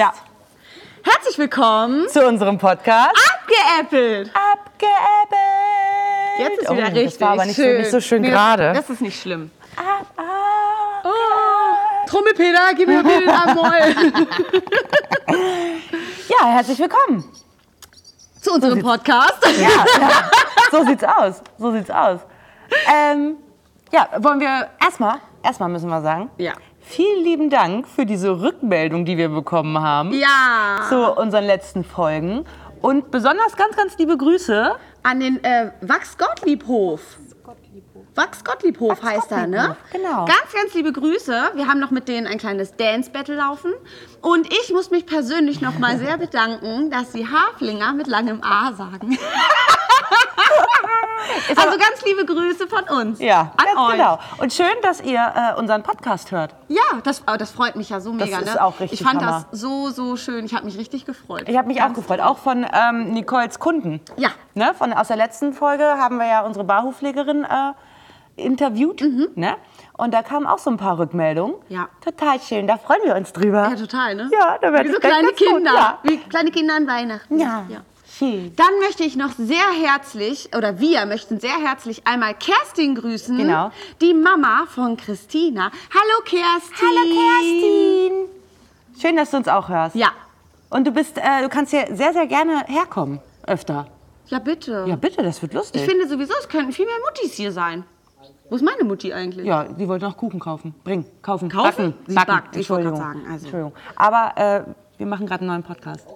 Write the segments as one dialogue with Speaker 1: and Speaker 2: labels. Speaker 1: Ja.
Speaker 2: Herzlich willkommen
Speaker 1: Zu unserem Podcast.
Speaker 2: abgeäppelt.
Speaker 1: Abgeäppelt.
Speaker 2: Jetzt ist wieder
Speaker 1: oh,
Speaker 2: richtig
Speaker 1: Das war aber nicht,
Speaker 2: schön.
Speaker 1: So, nicht so schön
Speaker 2: Nee,
Speaker 1: gerade.
Speaker 2: Das ist nicht schlimm.
Speaker 1: Ab, ab.
Speaker 2: Oh. Trommelpeter, gib mir bitte den Amol.
Speaker 1: Ja, herzlich willkommen.
Speaker 2: Zu unserem Podcast.
Speaker 1: Ja, ja. so sieht's aus. So sieht's aus. Ähm, ja, wollen wir erstmal, erstmal müssen wir sagen,
Speaker 2: Ja.
Speaker 1: vielen lieben Dank für diese Rückmeldung, die wir bekommen haben
Speaker 2: Ja.
Speaker 1: zu unseren letzten Folgen. Und besonders ganz, ganz liebe Grüße.
Speaker 2: An den äh, Wachs-Gottlieb-Hof. Wachs-Gottlieb-Hof heißt er, ne?
Speaker 1: Wachs-Gottlieb-Hof, genau.
Speaker 2: Ganz, ganz liebe Grüße. Wir haben noch mit denen ein kleines Dance-Battle laufen. Und ich muss mich persönlich noch mal sehr bedanken, dass sie Haflinger mit langem A sagen. also ganz liebe Grüße von uns.
Speaker 1: Ja,
Speaker 2: an
Speaker 1: ganz
Speaker 2: euch.
Speaker 1: genau. Und schön, dass ihr äh, unseren Podcast hört.
Speaker 2: Ja, das, aber das freut mich ja so mega.
Speaker 1: ist
Speaker 2: ne?
Speaker 1: auch richtig
Speaker 2: Ich fand
Speaker 1: Hammer.
Speaker 2: das so, so schön. Ich habe mich richtig gefreut.
Speaker 1: Ich habe mich auch gefreut, auch von ähm, Nicoles Kunden.
Speaker 2: Ja.
Speaker 1: Ne, von, aus der letzten Folge haben wir ja unsere Barhofpflegerin äh, interviewt. Ne? Und da kamen auch so ein paar Rückmeldungen.
Speaker 2: Mhm. Ja.
Speaker 1: Total schön, da freuen wir uns drüber.
Speaker 2: Ja, total, ne?
Speaker 1: Ja, da werd
Speaker 2: Wie so
Speaker 1: ich gleich
Speaker 2: kleine
Speaker 1: ganz rot,
Speaker 2: Kinder.
Speaker 1: ja.
Speaker 2: Wie kleine Kinder an Weihnachten.
Speaker 1: Ja. Schön.
Speaker 2: Dann möchte ich noch sehr herzlich, oder wir möchten sehr herzlich einmal Kerstin grüßen.
Speaker 1: Genau.
Speaker 2: Die Mama von Christina. Hallo Kerstin.
Speaker 1: Hallo Kerstin. Schön, dass du uns auch hörst.
Speaker 2: Ja.
Speaker 1: Und du, bist, äh, du kannst hier sehr, sehr gerne herkommen, öfter.
Speaker 2: Ja, bitte.
Speaker 1: Ja, bitte, das wird lustig.
Speaker 2: Ich finde sowieso, es könnten viel mehr Muttis hier sein. Wo ist meine Mutti eigentlich?
Speaker 1: Ja, die wollte noch Kuchen kaufen. Bringen, kaufen.
Speaker 2: Kaufen?
Speaker 1: Backen.
Speaker 2: Sie
Speaker 1: backen.
Speaker 2: backt, ich wollte
Speaker 1: Entschuldigung.
Speaker 2: gerade sagen, also.
Speaker 1: Entschuldigung. Aber äh, wir machen gerade einen neuen Podcast.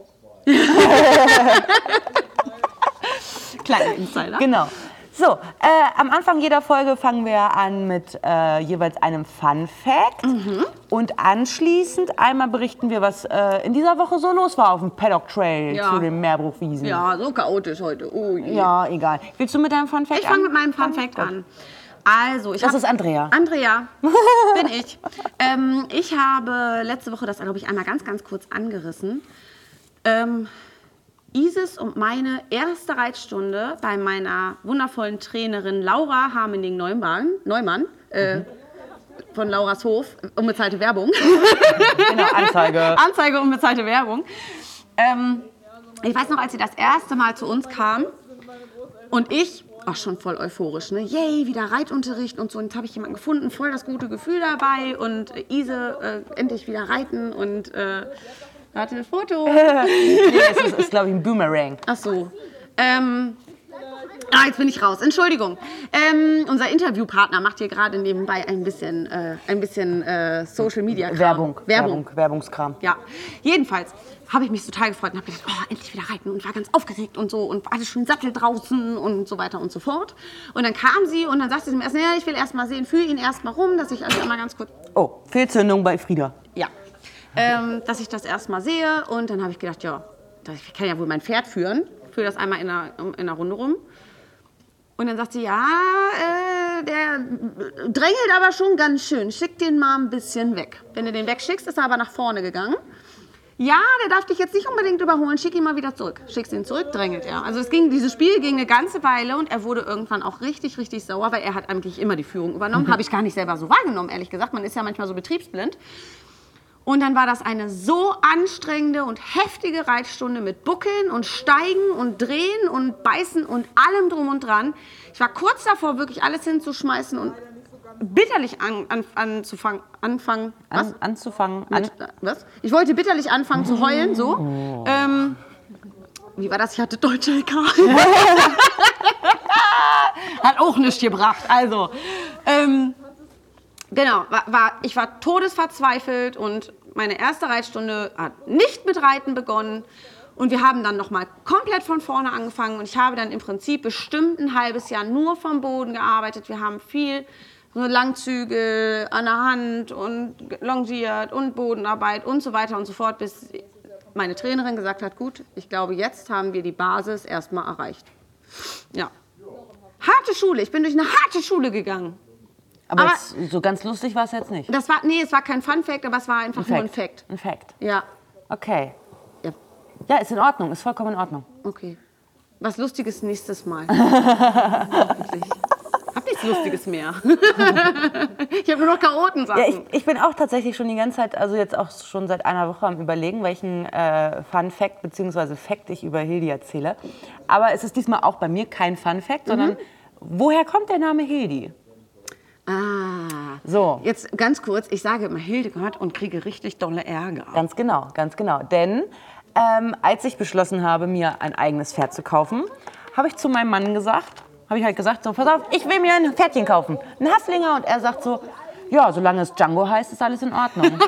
Speaker 1: ne?
Speaker 2: Kleiner Insider.
Speaker 1: Genau. So, äh, am Anfang jeder Folge fangen wir an mit äh, jeweils einem Fun Fact. Und anschließend einmal berichten wir, was äh, in dieser Woche so los war auf dem Paddock Trail
Speaker 2: Ja.
Speaker 1: zu den Meerbruchwiesen.
Speaker 2: Ja, so chaotisch heute. Oh je.
Speaker 1: Ja, egal. Willst du mit deinem Fun Fact
Speaker 2: Ich fange
Speaker 1: an?
Speaker 2: mit meinem Fun Fact an. Also, ich
Speaker 1: Das
Speaker 2: hab-
Speaker 1: ist Andrea.
Speaker 2: Andrea bin ich. Ähm, ich habe letzte Woche das, glaube ich, einmal ganz, ganz kurz angerissen. Ähm, Isis und meine erste Reitstunde bei meiner wundervollen Trainerin Laura Harmening Neumann, Neumann äh, von Lauras Hof, unbezahlte Werbung.
Speaker 1: Genau, Anzeige.
Speaker 2: Anzeige unbezahlte Werbung. Ähm, ich weiß noch, als sie das erste Mal zu uns kam und ich, auch schon voll euphorisch, ne? Yay, wieder Reitunterricht und so. Und jetzt habe ich jemanden gefunden, voll das gute Gefühl dabei und äh, Ise äh, endlich wieder reiten und äh, warte, ein Foto.
Speaker 1: Das ist, ist glaube ich, ein Boomerang.
Speaker 2: Ach so. Ähm, ah, jetzt bin ich raus. Entschuldigung. Ähm, unser Interviewpartner macht hier gerade nebenbei ein bisschen, äh, ein bisschen äh, Social Media. -Kram.
Speaker 1: Werbung.
Speaker 2: Werbung.
Speaker 1: Werbungskram.
Speaker 2: Ja, jedenfalls habe ich mich total gefreut und habe gedacht, oh, endlich wieder reiten und war ganz aufgeregt und so und hatte schon den Sattel draußen und so weiter und so fort. Und dann kam sie und dann sagte sie mir erst, naja, ich will erst mal sehen, fühl ihn erst mal rum, dass ich also einmal ganz kurz,
Speaker 1: Oh, Fehlzündung bei Frieda.
Speaker 2: ja, ähm, dass ich das erst mal sehe. Und dann habe ich gedacht, ja, das- ich kann ja wohl mein Pferd führen, führe das einmal in einer, um, in einer Runde rum. Und dann sagt sie, ja, äh, der drängelt aber schon ganz schön. Schick den mal ein bisschen weg. Wenn du den wegschickst, ist er aber nach vorne gegangen. Ja, der darf dich jetzt nicht unbedingt überholen, schick ihn mal wieder zurück. Schickst ihn zurück, drängelt er. Also es ging, dieses Spiel ging eine ganze Weile und er wurde irgendwann auch richtig, richtig sauer, weil er hat eigentlich immer die Führung übernommen. Habe ich gar nicht selber so wahrgenommen, ehrlich gesagt. Man ist ja manchmal so betriebsblind. Und dann war das eine so anstrengende und heftige Reitstunde mit Buckeln und Steigen und Drehen und Beißen und allem drum und dran. Ich war kurz davor, wirklich alles hinzuschmeißen und bitterlich an, an, anzufangen, anfangen, was?
Speaker 1: An, anzufangen. An,
Speaker 2: Was? Ich wollte bitterlich anfangen zu heulen, so. Ähm, wie war das? Ich hatte deutsche LK. Hat auch nichts gebracht, also. Ähm, genau, war, war, ich war todesverzweifelt und meine erste Reitstunde hat nicht mit Reiten begonnen. Und wir haben dann nochmal komplett von vorne angefangen und ich habe dann im Prinzip bestimmt ein halbes Jahr nur vom Boden gearbeitet. Wir haben viel so Langzüge an der Hand und longiert und Bodenarbeit und so weiter und so fort, bis meine Trainerin gesagt hat, gut, ich glaube, jetzt haben wir die Basis erstmal erreicht. Ja. Harte Schule, ich bin durch eine harte Schule gegangen.
Speaker 1: aber
Speaker 2: aber-
Speaker 1: es, so ganz lustig war es jetzt nicht.
Speaker 2: Das war, nee, es war kein Fun Fact, aber es war einfach nur ein Fact.
Speaker 1: Ein Fact.
Speaker 2: Ja.
Speaker 1: Okay.
Speaker 2: ja.
Speaker 1: Ja, ist in Ordnung, ist vollkommen in Ordnung.
Speaker 2: Okay. Was Lustiges nächstes Mal. Hoffentlich. Hab nichts Lustiges mehr. ich habe nur noch Chaotensachen.
Speaker 1: Ja, ich, ich bin auch tatsächlich schon die ganze Zeit, also jetzt auch schon seit einer Woche am Überlegen, welchen äh, Fun Fact bzw. Fact ich über Hildi erzähle. Aber es ist diesmal auch bei mir kein Fun Fact, sondern woher kommt der Name Hildi?
Speaker 2: Ah.
Speaker 1: So.
Speaker 2: Jetzt ganz kurz, ich sage immer Hildegard und kriege richtig dolle Ärger.
Speaker 1: Ganz genau, ganz genau. Denn ähm, als ich beschlossen habe, mir ein eigenes Pferd zu kaufen, habe ich zu meinem Mann gesagt, habe ich halt gesagt, so pass auf, ich will mir ein Pferdchen kaufen, einen Hasslinger. Und er sagt so, ja, solange es Django heißt, ist alles in Ordnung.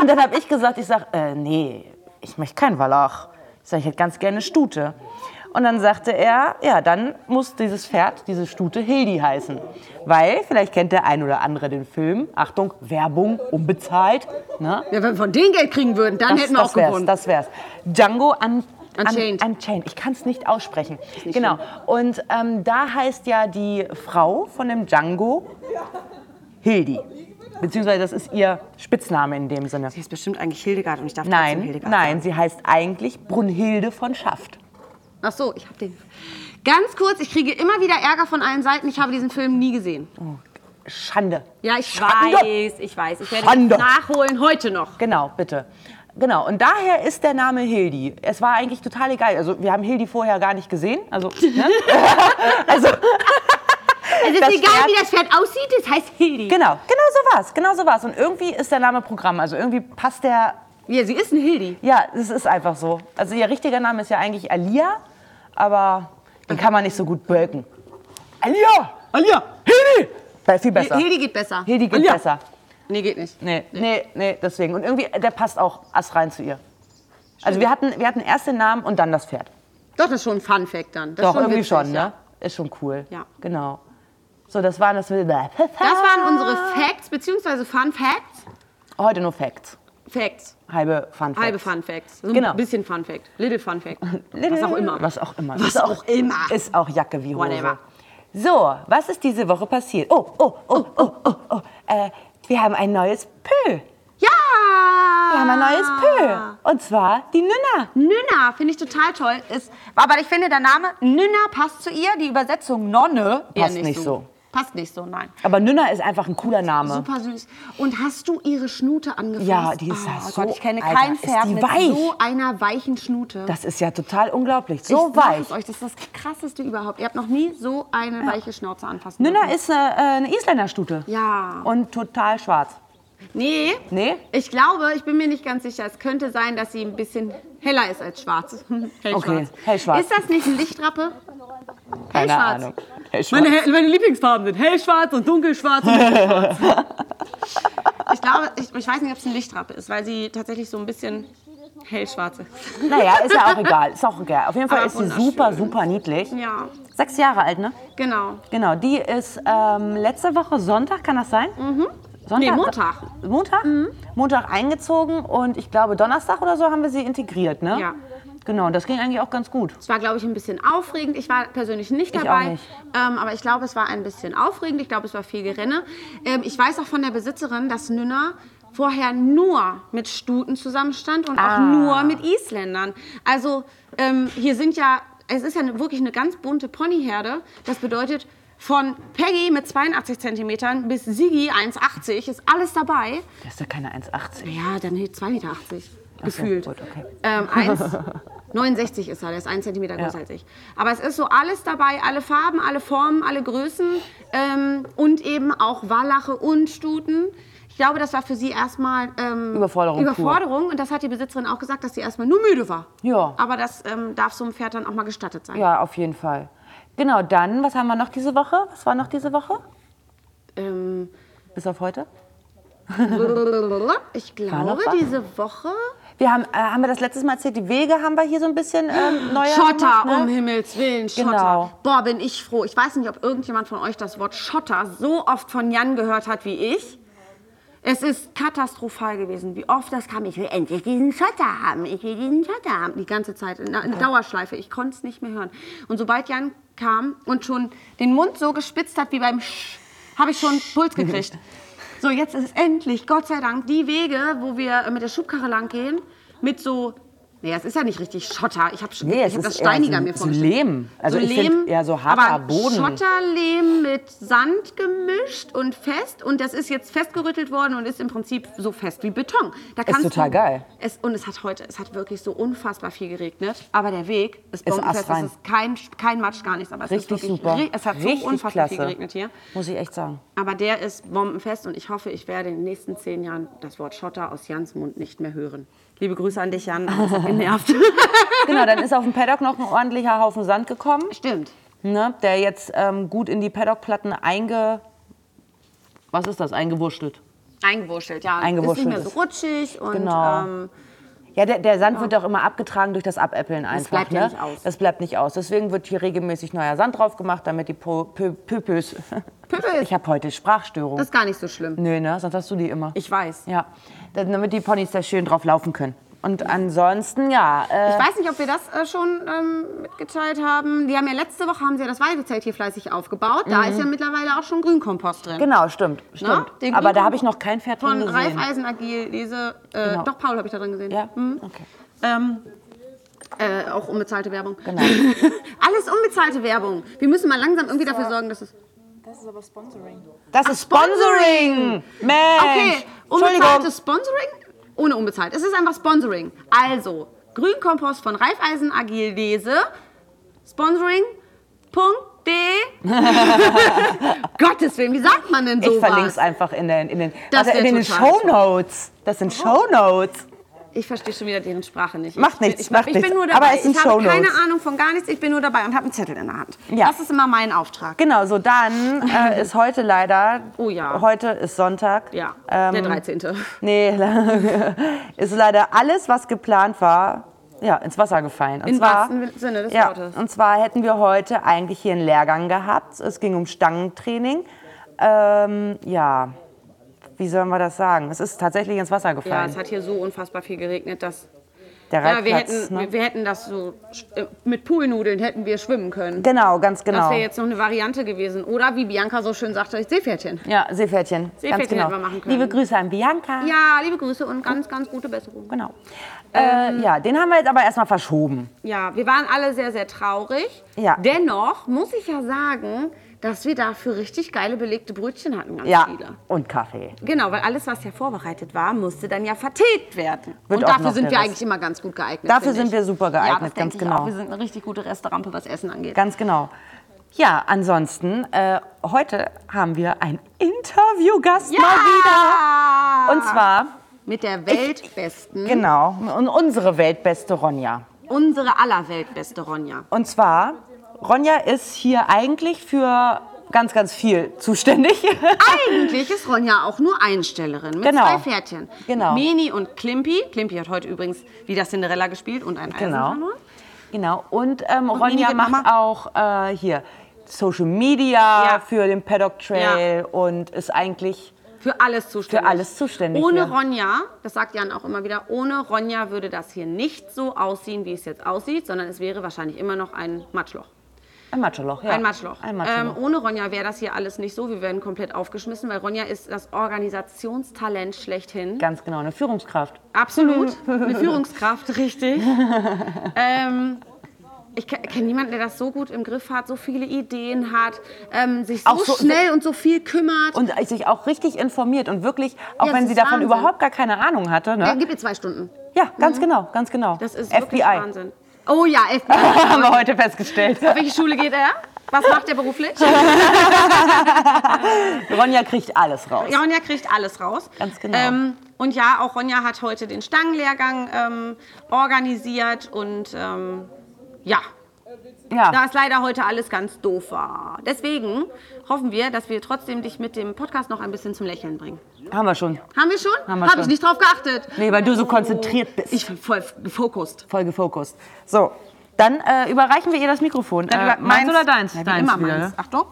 Speaker 1: und dann habe ich gesagt, ich sage, äh, nee, ich möchte keinen Wallach. Ich sage, ich hätte ganz gerne Stute. Und dann sagte er, ja, dann muss dieses Pferd, diese Stute Hildi heißen. Weil, vielleicht kennt der ein oder andere den Film, Achtung, Werbung, unbezahlt, ne?
Speaker 2: Ja, wenn wir von denen Geld kriegen würden, dann hätten wir
Speaker 1: das
Speaker 2: auch
Speaker 1: wär's,
Speaker 2: gewonnen.
Speaker 1: Das wär's. Django un
Speaker 2: Unchained.
Speaker 1: Un Unchained. Ich kann es nicht aussprechen. genau. Und ähm, da heißt ja die Frau von dem Django Hildi. Beziehungsweise das ist ihr Spitzname in dem Sinne.
Speaker 2: Sie ist bestimmt eigentlich Hildegard und ich darf trotzdem
Speaker 1: Nein,
Speaker 2: Hildegard
Speaker 1: nein, sie heißt eigentlich Brunhilde von Schaft.
Speaker 2: sagen. Ach so, ich habe den. Ganz kurz, ich kriege immer wieder Ärger von allen Seiten. Ich habe diesen Film nie gesehen.
Speaker 1: Schande.
Speaker 2: Ja, ich
Speaker 1: Schande.
Speaker 2: weiß, ich weiß. Ich werde
Speaker 1: Schande.
Speaker 2: das nachholen heute noch.
Speaker 1: Genau, bitte. Genau, und daher ist der Name Hildi. Es war eigentlich total egal. Also, wir haben Hildi vorher gar nicht gesehen. Also, ne? also
Speaker 2: Es ist
Speaker 1: Das
Speaker 2: egal,
Speaker 1: Pferd-
Speaker 2: wie das Pferd aussieht, es heißt Hildi.
Speaker 1: Genau, genau so war's, genau so war's. Und irgendwie ist der Name Programm, also irgendwie passt der,
Speaker 2: Ja, sie ist ein Hildi.
Speaker 1: ja, es ist einfach so. Also ihr richtiger Name ist ja eigentlich Alia, aber den kann man nicht so gut bölken. Alia! Alia! Hildi! Weil viel besser.
Speaker 2: Hildi geht besser.
Speaker 1: Hildi geht
Speaker 2: Alia.
Speaker 1: besser.
Speaker 2: Nee, geht nicht.
Speaker 1: Nee, nee, nee, deswegen. Und irgendwie, der passt auch ass rein zu ihr. Also wir hatten, wir hatten erst den Namen und dann das Pferd.
Speaker 2: Doch, das ist schon ein Fun-Fact dann. Das ist
Speaker 1: Doch, irgendwie
Speaker 2: witzig,
Speaker 1: schon,
Speaker 2: ja.
Speaker 1: ne? Ist schon cool.
Speaker 2: Ja.
Speaker 1: Genau. So, das waren das mit...
Speaker 2: Das waren unsere Facts, beziehungsweise Fun-Facts.
Speaker 1: Heute nur Facts.
Speaker 2: Facts.
Speaker 1: Halbe Fun Facts.
Speaker 2: Halbe Fun Facts. So
Speaker 1: Genau.
Speaker 2: ein bisschen Fun Fact. Little Fun Fact. Was auch immer.
Speaker 1: Was auch immer.
Speaker 2: Was
Speaker 1: Ist
Speaker 2: auch immer.
Speaker 1: Ist auch Jacke wie Hose.
Speaker 2: Whatever.
Speaker 1: So, was ist diese Woche passiert? Oh, oh, oh, oh, oh, oh. Äh, wir haben ein neues Pö.
Speaker 2: Ja!
Speaker 1: Wir haben ein
Speaker 2: Ah.
Speaker 1: neues Pö. Und zwar die Nünna.
Speaker 2: Nynna finde ich total toll. Ist, aber ich finde, der Name Nynna passt zu ihr. Die Übersetzung Nonne eher
Speaker 1: Passt nicht so.
Speaker 2: Passt nicht so, nein.
Speaker 1: Aber Nünna ist einfach ein cooler Name.
Speaker 2: Super süß. Und hast du ihre Schnute angefasst?
Speaker 1: Ja, die ist ja
Speaker 2: oh,
Speaker 1: so-
Speaker 2: Gott, ich kenne
Speaker 1: Alter,
Speaker 2: kein
Speaker 1: ist
Speaker 2: Pferd
Speaker 1: die
Speaker 2: mit
Speaker 1: weich.
Speaker 2: so einer weichen Schnute.
Speaker 1: Das ist ja total unglaublich.
Speaker 2: ich
Speaker 1: So
Speaker 2: sag
Speaker 1: weich.
Speaker 2: es Euch, das ist das Krasseste überhaupt. Ihr habt noch nie so eine weiche Schnauze anfassen
Speaker 1: Nünna
Speaker 2: dürfen.
Speaker 1: ist eine, äh, eine Isländerstute.
Speaker 2: Ja.
Speaker 1: Und total schwarz.
Speaker 2: Nee.
Speaker 1: Nee?
Speaker 2: Ich glaube, ich bin mir nicht ganz sicher. Es könnte sein, dass sie ein bisschen heller ist als schwarz. Hellschwarz.
Speaker 1: Okay, hellschwarz.
Speaker 2: Ist das nicht eine Lichtrappe?
Speaker 1: Keine
Speaker 2: Hellschwarz.
Speaker 1: Ahnung. Hey, schwarz.
Speaker 2: Meine, Hell- meine Lieblingsfarben sind hellschwarz und dunkelschwarz und Ich glaube, ich, ich weiß nicht, ob es eine Lichtrappe ist, weil sie tatsächlich so ein bisschen hellschwarz ist.
Speaker 1: Naja, ist ja auch egal. Ist auch egal. Auf jeden Fall
Speaker 2: Aber
Speaker 1: ist sie
Speaker 2: Ah, wunderschön.
Speaker 1: super, super niedlich.
Speaker 2: Ja,
Speaker 1: Sechs Jahre alt, ne?
Speaker 2: genau.
Speaker 1: Genau, die ist ähm, letzte Woche Sonntag, kann das sein? Mhm. Sonntag?
Speaker 2: Nee, Montag. Mhm.
Speaker 1: Montag? Montag eingezogen und ich glaube Donnerstag oder so haben wir sie integriert, ne?
Speaker 2: Ja.
Speaker 1: Genau, und das ging eigentlich auch ganz gut.
Speaker 2: Es war, glaube ich, ein bisschen aufregend. Ich war persönlich nicht
Speaker 1: Ich auch
Speaker 2: dabei.
Speaker 1: nicht.
Speaker 2: Ähm, aber ich glaube, es war ein bisschen aufregend. Ich glaube, es war viel Gerenne. Ähm, ich weiß auch von der Besitzerin, dass Nünner vorher nur mit Stuten zusammenstand und
Speaker 1: Ah.
Speaker 2: auch nur mit Isländern. Also ähm, hier sind ja, es ist ja eine, wirklich eine ganz bunte Ponyherde. Das bedeutet, von Peggy mit 82 cm bis Sigi 1,80 ist alles dabei.
Speaker 1: Das ist ja keine 1,80.
Speaker 2: Ja, dann hält 2,80 Meter. Gefühlt.
Speaker 1: Gefühlt. gut, okay.
Speaker 2: Ähm, 1,69 ist er, der ist 1 cm größer als ich. Aber es ist so alles dabei, alle Farben, alle Formen, alle Größen ähm, und eben auch Wallache und Stuten. Ich glaube, das war für sie erstmal ähm,
Speaker 1: Überforderung pur.
Speaker 2: Überforderung. Und das hat die Besitzerin auch gesagt, dass sie erstmal nur müde war.
Speaker 1: Ja.
Speaker 2: Aber das ähm, darf so einem Pferd dann auch mal gestattet sein.
Speaker 1: Ja, auf jeden Fall. Genau, dann, was haben wir noch diese Woche? Was war noch diese Woche?
Speaker 2: Ähm,
Speaker 1: Bis auf heute?
Speaker 2: ich
Speaker 1: noch
Speaker 2: glaube,
Speaker 1: was?
Speaker 2: diese Woche
Speaker 1: Wir haben, äh, haben wir das letztes Mal erzählt, die Wege haben wir hier so ein bisschen ähm, neuer
Speaker 2: Schotter,
Speaker 1: gemacht, ne?
Speaker 2: um Himmels Willen, Schotter.
Speaker 1: Genau.
Speaker 2: Boah, bin ich froh. Ich weiß nicht, ob irgendjemand von euch das Wort Schotter so oft von Jan gehört hat wie ich. Es ist katastrophal gewesen, wie oft das kam. Ich will endlich diesen Schotter haben. Ich will diesen Schotter haben. Die ganze Zeit in einer Dauerschleife. Ich konnte es nicht mehr hören. Und sobald Jan kam und schon den Mund so gespitzt hat wie beim Sch, habe ich schon Puls gekriegt. So, jetzt ist endlich, Gott sei Dank, die Wege, wo wir mit der Schubkarre lang gehen, mit so Naja, es ist ja nicht richtig Schotter. Ich habe
Speaker 1: Nee, es
Speaker 2: ich
Speaker 1: ist
Speaker 2: hab das
Speaker 1: eher so
Speaker 2: Steiniger
Speaker 1: ein-
Speaker 2: mir
Speaker 1: so
Speaker 2: vorgestellt.
Speaker 1: Lehm. Also ich find eher so harter
Speaker 2: aber
Speaker 1: Boden.
Speaker 2: Schotterlehm mit Sand gemischt und fest. Und das ist jetzt festgerüttelt worden und ist im Prinzip so fest wie Beton. Da kannst
Speaker 1: total
Speaker 2: du,
Speaker 1: geil.
Speaker 2: Es, und es hat heute, es hat wirklich so unfassbar viel geregnet. Aber der Weg ist
Speaker 1: Ist
Speaker 2: bombenfest.
Speaker 1: astrein.
Speaker 2: Es ist kein, kein Matsch, gar nichts. Aber es
Speaker 1: Richtig
Speaker 2: ist wirklich,
Speaker 1: super.
Speaker 2: ri- Es hat
Speaker 1: Richtig
Speaker 2: so unfassbar viel
Speaker 1: klasse.
Speaker 2: geregnet hier.
Speaker 1: Muss ich echt sagen.
Speaker 2: Aber der ist bombenfest und ich hoffe, ich werde in den nächsten zehn Jahren das Wort Schotter aus Jans Mund nicht mehr hören. Liebe Grüße an dich, Jan. Das hat genervt.
Speaker 1: Genau, dann ist auf dem Paddock noch ein ordentlicher Haufen Sand gekommen,
Speaker 2: Stimmt.
Speaker 1: ne, der jetzt ähm, gut in die Paddockplatten einge... Was ist das? Eingewurschtelt.
Speaker 2: Eingewurschtelt, ja.
Speaker 1: Eingewurschtelt
Speaker 2: Ist nicht mehr so rutschig und
Speaker 1: Genau.
Speaker 2: ähm,
Speaker 1: Ja, der, der Sand wird auch immer abgetragen durch das Abäppeln einfach.
Speaker 2: bleibt
Speaker 1: ne?
Speaker 2: ja nicht aus.
Speaker 1: Das bleibt nicht aus. Deswegen wird hier regelmäßig neuer Sand drauf gemacht, damit die Po- Pö- Pöpös...
Speaker 2: Pöpös.
Speaker 1: Ich habe heute Sprachstörung.
Speaker 2: das ist gar nicht so schlimm.
Speaker 1: Nö, ne? Sonst hast du die immer.
Speaker 2: Ich weiß.
Speaker 1: Ja, dann- damit die Ponys da schön drauf laufen können. Und ansonsten, ja, äh,
Speaker 2: Ich weiß nicht, ob wir das äh, schon ähm, mitgeteilt haben. Die haben ja letzte Woche haben sie ja das Weidezelt hier fleißig aufgebaut. Da ist ja mittlerweile auch schon Grünkompost drin.
Speaker 1: Mhm. genau, stimmt,
Speaker 2: Na,
Speaker 1: stimmt.
Speaker 2: den
Speaker 1: Aber
Speaker 2: Grünkompost
Speaker 1: da habe ich noch kein Pferd drin
Speaker 2: Von
Speaker 1: gesehen.
Speaker 2: Raiffeisen AG, diese, äh,
Speaker 1: Genau.
Speaker 2: doch Paul habe ich da drin gesehen.
Speaker 1: Ja,
Speaker 2: Mhm.
Speaker 1: okay.
Speaker 2: Ähm, äh, auch unbezahlte Werbung.
Speaker 1: Genau.
Speaker 2: Alles unbezahlte Werbung. Wir müssen mal langsam irgendwie dafür sorgen, dass es.
Speaker 3: Das ist aber Sponsoring.
Speaker 1: Das ist Sponsoring! Mensch!
Speaker 2: Okay,
Speaker 1: Äh, Entschuldigung.
Speaker 2: unbezahltes Sponsoring? Ohne unbezahlt. Es ist einfach Sponsoring. Also, Grünkompost von Raiffeisen AG Lese. Sponsoring.de. Gottes Willen, wie sagt man denn
Speaker 1: Ich
Speaker 2: sowas?
Speaker 1: verlinke es einfach in den, in den,
Speaker 2: Das
Speaker 1: also in
Speaker 2: wär
Speaker 1: den
Speaker 2: total
Speaker 1: Show Notes. Das sind Show Notes.
Speaker 2: Ich verstehe schon wieder deren Sprache nicht.
Speaker 1: Macht
Speaker 2: ich bin,
Speaker 1: nichts,
Speaker 2: ich,
Speaker 1: macht
Speaker 2: ich
Speaker 1: nichts.
Speaker 2: bin nur
Speaker 1: Aber
Speaker 2: dabei.
Speaker 1: es sind
Speaker 2: ich habe
Speaker 1: Shownotes.
Speaker 2: keine Ahnung von gar nichts. Ich bin nur dabei und habe einen Zettel in der Hand.
Speaker 1: Ja.
Speaker 2: Das ist immer mein Auftrag.
Speaker 1: Genau, so dann äh, ist heute leider,
Speaker 2: Oh ja.
Speaker 1: heute ist Sonntag.
Speaker 2: Ja,
Speaker 1: Ähm,
Speaker 2: der 13.
Speaker 1: Nee, ist leider alles, was geplant war, ja, ins Wasser gefallen. Und
Speaker 2: Im
Speaker 1: zwar,
Speaker 2: wahrsten Sinne des
Speaker 1: ja,
Speaker 2: Wortes.
Speaker 1: und zwar hätten wir heute eigentlich hier einen Lehrgang gehabt. Es ging um Stangentraining. Ähm, ja, wie sollen wir das sagen? Es ist tatsächlich ins Wasser
Speaker 2: Ja,
Speaker 1: gefallen.
Speaker 2: es hat hier so unfassbar viel geregnet, dass
Speaker 1: der
Speaker 2: ja,
Speaker 1: Reitplatz.
Speaker 2: wir, hätten,
Speaker 1: ne?
Speaker 2: wir, wir hätten das so sch- äh, mit Poolnudeln hätten wir schwimmen können.
Speaker 1: Genau, ganz genau.
Speaker 2: Das wäre jetzt noch eine Variante gewesen. Oder wie Bianca so schön sagte, Seepferdchen.
Speaker 1: Ja, Seepferdchen. ganz
Speaker 2: Seepferdchen
Speaker 1: genau.
Speaker 2: hätten wir machen können.
Speaker 1: Liebe Grüße an Bianca.
Speaker 2: Ja, liebe Grüße und ganz, ganz gute Besserung.
Speaker 1: Genau.
Speaker 2: Ähm.
Speaker 1: Äh, ja, den haben wir jetzt aber erstmal verschoben.
Speaker 2: Ja, wir waren alle sehr, sehr traurig.
Speaker 1: Ja.
Speaker 2: Dennoch muss ich ja sagen, dass wir dafür richtig geile belegte Brötchen hatten, ganz
Speaker 1: Ja,
Speaker 2: viele.
Speaker 1: und Kaffee.
Speaker 2: Genau, weil alles, was ja vorbereitet war, musste dann ja vertilgt werden.
Speaker 1: Wird
Speaker 2: und
Speaker 1: auch
Speaker 2: dafür
Speaker 1: noch
Speaker 2: sind
Speaker 1: der
Speaker 2: wir
Speaker 1: Rest.
Speaker 2: eigentlich immer ganz gut geeignet.
Speaker 1: Dafür
Speaker 2: finde
Speaker 1: sind
Speaker 2: ich.
Speaker 1: wir super
Speaker 2: ja,
Speaker 1: geeignet, ganz
Speaker 2: das denke ich
Speaker 1: genau.
Speaker 2: Auch. Wir sind eine richtig gute Resterampe, was Essen angeht.
Speaker 1: Ganz genau. Ja, ansonsten, äh, heute haben wir einen Interviewgast mal wieder. Und zwar,
Speaker 2: mit der Weltbesten,
Speaker 1: genau, und unsere weltbeste Ronja.
Speaker 2: unsere aller Weltbeste Ronja.
Speaker 1: Und zwar, Ronja ist hier eigentlich für ganz, ganz viel zuständig.
Speaker 2: Eigentlich ist Ronja auch nur Einstellerin mit
Speaker 1: Genau.
Speaker 2: zwei Pferdchen.
Speaker 1: Genau.
Speaker 2: Mini und Klimpi. Klimpi hat heute übrigens wieder Cinderella gespielt und ein Eisen
Speaker 1: Genau.
Speaker 2: verloren.
Speaker 1: Genau. Und, ähm,
Speaker 2: Mini
Speaker 1: Ronja
Speaker 2: wird
Speaker 1: macht
Speaker 2: Mama.
Speaker 1: auch äh, hier Social Media
Speaker 2: Ja.
Speaker 1: für den Paddock Trail und ist eigentlich
Speaker 2: Für alles zuständig.
Speaker 1: Für alles zuständig,
Speaker 2: Ohne
Speaker 1: ja.
Speaker 2: Ronja, das sagt Jan auch immer wieder, ohne Ronja würde das hier nicht so aussehen, wie es jetzt aussieht, sondern es wäre wahrscheinlich immer noch ein Matschloch.
Speaker 1: ein Matschloch. Ja.
Speaker 2: Ein Matschloch.
Speaker 1: Ein Matschloch.
Speaker 2: Ähm, ohne Ronja wäre das hier alles nicht so. Wir werden komplett aufgeschmissen, weil Ronja ist das Organisationstalent schlechthin.
Speaker 1: ganz genau, eine Führungskraft.
Speaker 2: Absolut. Eine Führungskraft, richtig. ähm, ich kenne niemanden, der das so gut im Griff hat, so viele Ideen hat, ähm, sich so,
Speaker 1: Auch so-
Speaker 2: schnell und so viel kümmert.
Speaker 1: Und ne? sich auch richtig informiert und wirklich, auch
Speaker 2: Ja,
Speaker 1: wenn
Speaker 2: es
Speaker 1: sie
Speaker 2: ist
Speaker 1: davon
Speaker 2: Wahnsinn.
Speaker 1: überhaupt gar keine Ahnung hatte.
Speaker 2: Ja,
Speaker 1: Ne?
Speaker 2: gib ihr zwei Stunden.
Speaker 1: Ja, ganz genau, ganz genau.
Speaker 2: Das ist
Speaker 1: FBI.
Speaker 2: wirklich Wahnsinn. Oh ja, FBI.
Speaker 1: Haben wir heute festgestellt.
Speaker 2: Auf welche Schule geht er? Was macht er beruflich?
Speaker 1: Ronja kriegt alles raus.
Speaker 2: Ja, Ronja kriegt alles raus.
Speaker 1: Ganz genau.
Speaker 2: Ähm, und ja, auch Ronja hat heute den Stangenlehrgang ähm, organisiert und ähm, ja, da
Speaker 1: Ja,
Speaker 2: es leider heute alles ganz doof war. Deswegen hoffen wir, dass wir trotzdem dich mit dem Podcast noch ein bisschen zum Lächeln bringen.
Speaker 1: haben wir schon.
Speaker 2: Haben wir schon?
Speaker 1: Haben wir
Speaker 2: Hab
Speaker 1: schon.
Speaker 2: ich nicht drauf geachtet.
Speaker 1: Nee, weil du so konzentriert bist.
Speaker 2: Ich bin voll gefokust.
Speaker 1: Voll gefokust. So, dann äh, überreichen wir ihr das Mikrofon. Äh,
Speaker 2: Über-
Speaker 1: meins oder deins?
Speaker 2: Ja, wie
Speaker 1: deins
Speaker 2: immer
Speaker 1: wieder,
Speaker 2: meins.
Speaker 1: ne?
Speaker 2: Achtung.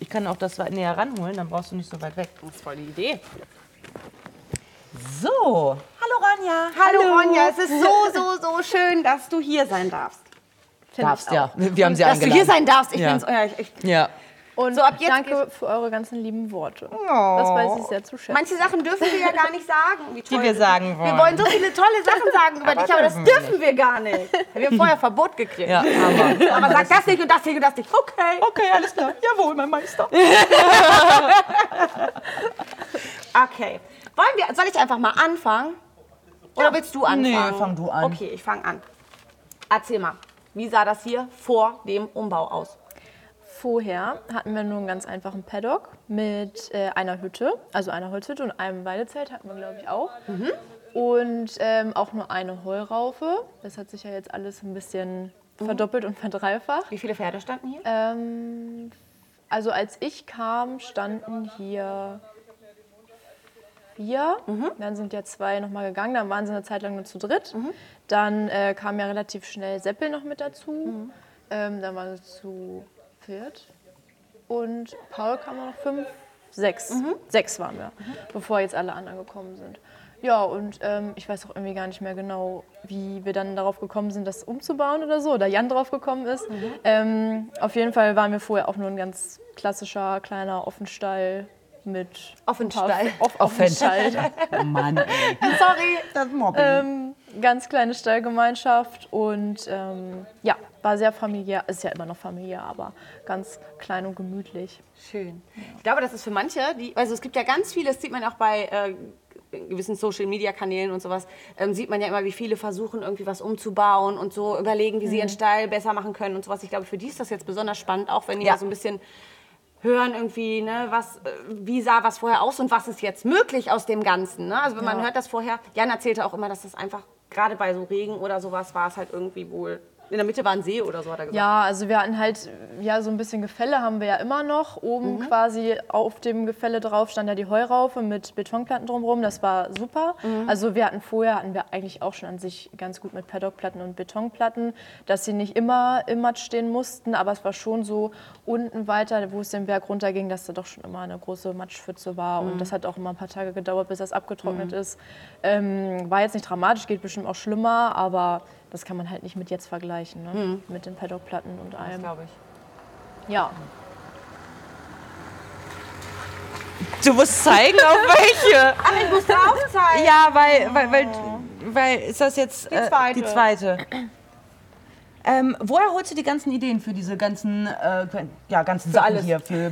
Speaker 1: Ich kann auch das näher ranholen, dann brauchst du nicht so weit weg.
Speaker 2: Das ist voll die Idee.
Speaker 1: So. Hallo Ronja.
Speaker 2: Hallo, Ronja, es ist so, so, so schön, dass du hier sein darfst.
Speaker 1: Darfst ja. Wir haben sie
Speaker 2: Dass du
Speaker 1: eingeladen.
Speaker 2: hier sein darfst. Ich
Speaker 1: Ja.
Speaker 2: bin's. Ja, ich, ich,
Speaker 1: Ja.
Speaker 4: Und
Speaker 5: So, ab jetzt
Speaker 4: danke für eure ganzen lieben Worte. Das weiß ich sehr zu schätzen.
Speaker 2: Manche Sachen dürfen wir ja gar nicht sagen. Wie toll
Speaker 1: wir
Speaker 2: du-
Speaker 1: sagen
Speaker 2: Wir
Speaker 1: wollen.
Speaker 2: wollen so viele tolle Sachen sagen über dich, aber das dürfen wir gar nicht. Wir haben vorher Verbot gekriegt.
Speaker 1: Ja, aber.
Speaker 2: Aber sag das nicht und das nicht und das nicht. Okay.
Speaker 1: Okay, alles klar. Jawohl, mein Meister.
Speaker 2: Okay. Wollen wir, soll ich einfach mal anfangen? Oder willst du anfangen?
Speaker 1: Nee, fang du an.
Speaker 2: Okay, ich fange an. Erzähl mal, wie sah das hier vor dem Umbau aus?
Speaker 4: Vorher hatten wir nur einen ganz einfachen Paddock mit äh, einer Hütte, also einer Holzhütte und einem Weidezelt hatten wir, glaube ich, auch.
Speaker 3: Mhm.
Speaker 4: Und ähm, auch nur eine Heuraufe. Das hat sich ja jetzt alles ein bisschen
Speaker 3: Mhm.
Speaker 4: verdoppelt und verdreifacht.
Speaker 2: Wie viele Pferde standen hier?
Speaker 4: Ähm, also als ich kam, standen hier vier. Dann sind ja zwei nochmal gegangen. Dann waren sie eine Zeit lang nur zu dritt. Dann äh, kam ja relativ schnell Seppel noch mit dazu. Ähm, dann waren sie zu viert. Und Paul kam auch noch fünf, sechs. Sechs waren wir, bevor jetzt alle anderen gekommen sind. Ja, und ähm, ich weiß auch irgendwie gar nicht mehr genau, wie wir dann darauf gekommen sind, das umzubauen oder so, oder Jan drauf gekommen ist. Ähm, auf jeden Fall waren wir vorher auch nur ein ganz klassischer, kleiner Offenstall mit...
Speaker 2: Offenstall.
Speaker 4: Ein paar- Off Offenstall.
Speaker 1: Oh Mann, ey.
Speaker 2: Sorry.
Speaker 1: Das Mobbing.
Speaker 4: ähm, ganz kleine Stallgemeinschaft und ähm, ja, war sehr familiär, ist ja immer noch familiär, aber ganz klein und gemütlich.
Speaker 2: Schön. Ich glaube, das ist für manche, die, also es gibt ja ganz viele, das sieht man auch bei äh, gewissen Social-Media-Kanälen und sowas, ähm, sieht man ja immer, wie viele versuchen, irgendwie was umzubauen und so überlegen, wie sie
Speaker 1: Mhm.
Speaker 2: ihren Stall besser machen können und sowas. Ich glaube, für die ist das jetzt besonders spannend, auch wenn die ja. so ein bisschen hören irgendwie, ne, was, äh, wie sah was vorher aus und was ist jetzt möglich aus dem Ganzen. Ne? Also wenn man hört das vorher, Jan erzählte auch immer, dass das einfach, gerade bei so Regen oder sowas, war es halt irgendwie wohl, in der Mitte war ein See oder so, hat er gesagt.
Speaker 4: Ja, also wir hatten halt, ja, so ein bisschen Gefälle haben wir ja immer noch. Oben quasi auf dem Gefälle drauf stand ja die Heuraufe mit Betonplatten drumherum. Das war super. Also wir hatten vorher, hatten wir eigentlich auch schon an sich ganz gut mit Paddockplatten und Betonplatten, dass sie nicht immer im Matsch stehen mussten, aber es war schon so unten weiter, wo es den Berg runterging, dass da doch schon immer eine große Matschpfütze war. Und das hat auch immer ein paar Tage gedauert, bis das abgetrocknet ist. Ähm, war jetzt nicht dramatisch, geht bestimmt auch schlimmer, aber das kann man halt nicht mit jetzt vergleichen, ne? mit den Paddockplatten und allem.
Speaker 2: glaube ich.
Speaker 4: Ja,
Speaker 1: Du musst zeigen, auf welche.
Speaker 2: Aber ich musste aufzeigen.
Speaker 1: Ja, weil, weil, weil, weil ist das jetzt die
Speaker 2: zweite.
Speaker 1: die zweite. Ähm, woher holst du die ganzen Ideen für diese ganzen, äh, ja, ganzen Sachen
Speaker 2: alles.
Speaker 1: hier? Für,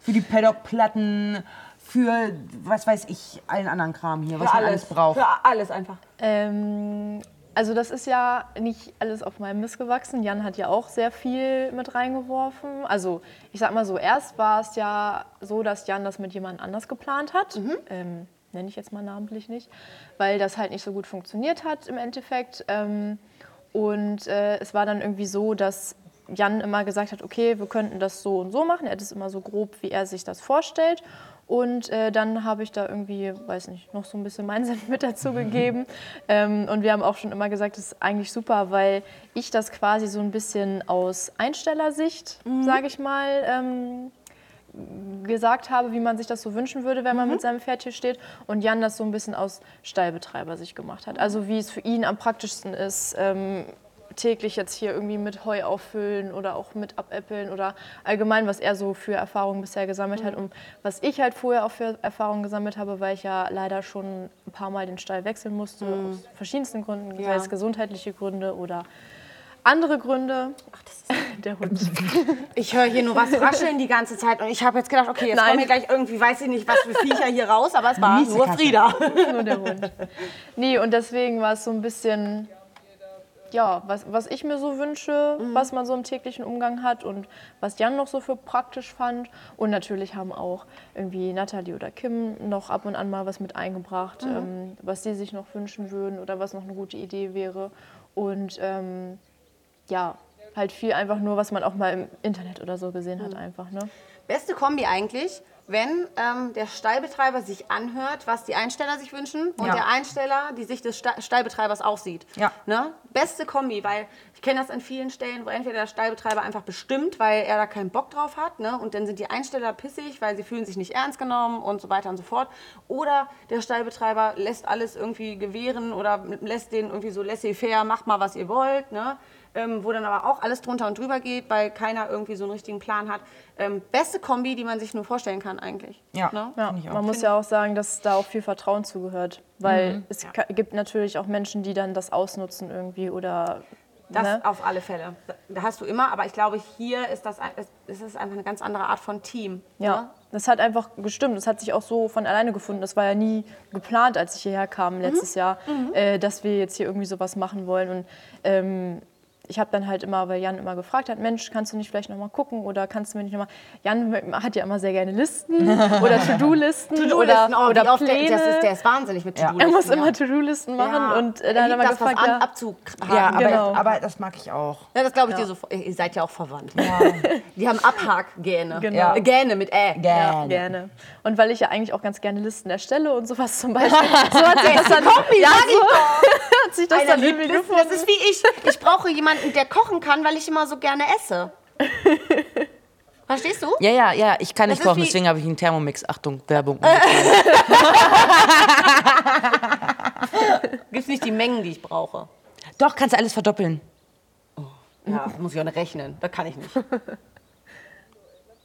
Speaker 1: für die Paddock-Platten, für, was weiß ich, allen anderen Kram hier, was man alles braucht.
Speaker 2: Für alles einfach.
Speaker 4: Ähm, also das ist ja nicht alles auf meinem Mist gewachsen. Jan hat ja auch sehr viel mit reingeworfen. Also ich sag mal so, erst war es ja so, dass Jan das mit jemand anders geplant hat. Ähm, Nenne ich jetzt mal namentlich nicht, weil das halt nicht so gut funktioniert hat im Endeffekt. Ähm, und äh, es war dann irgendwie so, dass Jan immer gesagt hat, okay, wir könnten das so und so machen. Er hat es immer so grob, wie er sich das vorstellt. Und äh, dann habe ich da irgendwie, weiß nicht, noch so ein bisschen meinen Senf mit dazu gegeben. Ähm, und wir haben auch schon immer gesagt, das ist eigentlich super, weil ich das quasi so ein bisschen aus Einstellersicht, sage ich mal, ähm, gesagt habe, wie man sich das so wünschen würde, wenn man mit seinem Pferd hier steht. Und Jan das so ein bisschen aus Stallbetreiber sich gemacht hat. Also wie es für ihn am praktischsten ist, ähm, täglich jetzt hier irgendwie mit Heu auffüllen oder auch mit abäppeln oder allgemein, was er so für Erfahrungen bisher gesammelt hat und was ich halt vorher auch für Erfahrungen gesammelt habe, weil ich ja leider schon ein paar Mal den Stall wechseln musste, aus verschiedensten Gründen, sei es gesundheitliche Gründe oder andere Gründe. Ach, das ist der Hund.
Speaker 2: Ich höre hier nur was rascheln die ganze Zeit und ich habe jetzt gedacht, okay, jetzt
Speaker 4: Nein.
Speaker 2: kommen hier gleich irgendwie, weiß ich nicht, was für Viecher hier raus, aber es war
Speaker 1: Miese
Speaker 2: nur
Speaker 1: Katze.
Speaker 2: Frieda.
Speaker 4: nur der Hund. Nee, und deswegen war es so ein bisschen, ja, was, was ich mir so wünsche, was man so im täglichen Umgang hat und was Jan noch so für praktisch fand. Und natürlich haben auch irgendwie Natalie oder Kim noch ab und an mal was mit eingebracht, ähm, was sie sich noch wünschen würden oder was noch eine gute Idee wäre. Und ähm, ja, halt viel einfach nur, was man auch mal im Internet oder so gesehen hat, einfach, ne?
Speaker 2: Beste Kombi eigentlich, wenn ähm, der Stallbetreiber sich anhört, was die Einsteller sich wünschen und
Speaker 1: Ja.
Speaker 2: der Einsteller die Sicht des Sta- Stallbetreibers auch sieht.
Speaker 1: Ja.
Speaker 2: Ne? Beste Kombi, weil ich kenne das an vielen Stellen, wo entweder der Stallbetreiber einfach bestimmt, weil er da keinen Bock drauf hat ne? und dann sind die Einsteller pissig, weil sie fühlen sich nicht ernst genommen und so weiter und so fort. Oder der Stallbetreiber lässt alles irgendwie gewähren oder lässt den irgendwie so laissez-faire, macht mal, was ihr wollt. Ne?
Speaker 6: ähm, wo dann aber auch alles drunter und drüber geht, weil keiner irgendwie so einen richtigen Plan hat. Ähm, beste Kombi, die man sich nur vorstellen kann eigentlich.
Speaker 1: Ja.
Speaker 6: Ne?
Speaker 4: Ja,
Speaker 1: Finde ich auch.
Speaker 4: man muss ja auch sagen, dass da auch viel Vertrauen zugehört,
Speaker 6: Mhm.
Speaker 4: weil es ka- gibt natürlich auch Menschen, die dann das ausnutzen irgendwie oder
Speaker 6: Das
Speaker 4: ne?
Speaker 6: auf alle Fälle. Da hast du immer, aber ich glaube, hier ist das, ein- es- es ist einfach eine ganz andere Art von Team.
Speaker 4: Ja, das hat einfach gestimmt. Das hat sich auch so von alleine gefunden. Das war ja nie geplant, als ich hierher
Speaker 6: Mhm.
Speaker 4: kam letztes Jahr, äh, dass wir jetzt hier irgendwie sowas machen wollen. Und ähm, ich habe dann halt immer, weil Jan immer gefragt hat, Mensch, kannst du nicht vielleicht nochmal gucken oder kannst du mir nicht nochmal... Jan hat ja immer sehr gerne Listen oder To-Do-Listen
Speaker 6: To-Do-Listen,
Speaker 4: oder,
Speaker 6: oh, wie
Speaker 4: oder
Speaker 6: oft der,
Speaker 4: Pläne.
Speaker 6: das ist, der ist wahnsinnig mit To-Do-Listen.
Speaker 4: er muss immer
Speaker 6: ja.
Speaker 4: To-Do-Listen machen
Speaker 6: Ja.
Speaker 4: und äh,
Speaker 6: Er
Speaker 4: dann hat er
Speaker 6: liebt
Speaker 4: mal
Speaker 6: das, was
Speaker 4: gefragt,
Speaker 6: an,
Speaker 4: ja,
Speaker 6: abzuhaken.
Speaker 1: Ja, aber,
Speaker 4: Genau.
Speaker 1: aber das mag ich auch.
Speaker 6: Ja, das glaube ich dir sofort. Ihr seid ja auch verwandt. Die haben Abhak-Gähne.
Speaker 4: Genau.
Speaker 6: Ja. Gähne mit
Speaker 4: Ja,
Speaker 6: Ä.
Speaker 1: Gerne.
Speaker 4: gerne. Und weil ich ja eigentlich auch ganz gerne Listen erstelle und sowas zum Beispiel. So hat sich das dann,
Speaker 6: Kombi,
Speaker 4: ja,
Speaker 6: sag ich
Speaker 4: so
Speaker 6: doch.
Speaker 4: hat sich das
Speaker 6: Einer
Speaker 4: dann
Speaker 6: liebt
Speaker 4: irgendwie
Speaker 6: Listen.
Speaker 4: gefunden.
Speaker 6: Das ist wie ich. Ich brauche jemanden, der kochen kann, weil ich immer so gerne esse. Verstehst du?
Speaker 7: Ja, ja, ja, ich kann nicht
Speaker 6: Das ist
Speaker 7: kochen,
Speaker 6: wie-
Speaker 7: deswegen habe ich einen Thermomix. Achtung, Werbung.
Speaker 6: Gibt nicht die Mengen, die ich brauche.
Speaker 7: Doch, kannst du alles verdoppeln.
Speaker 6: Ja, das muss ich auch nicht rechnen. Das kann ich nicht.
Speaker 7: Das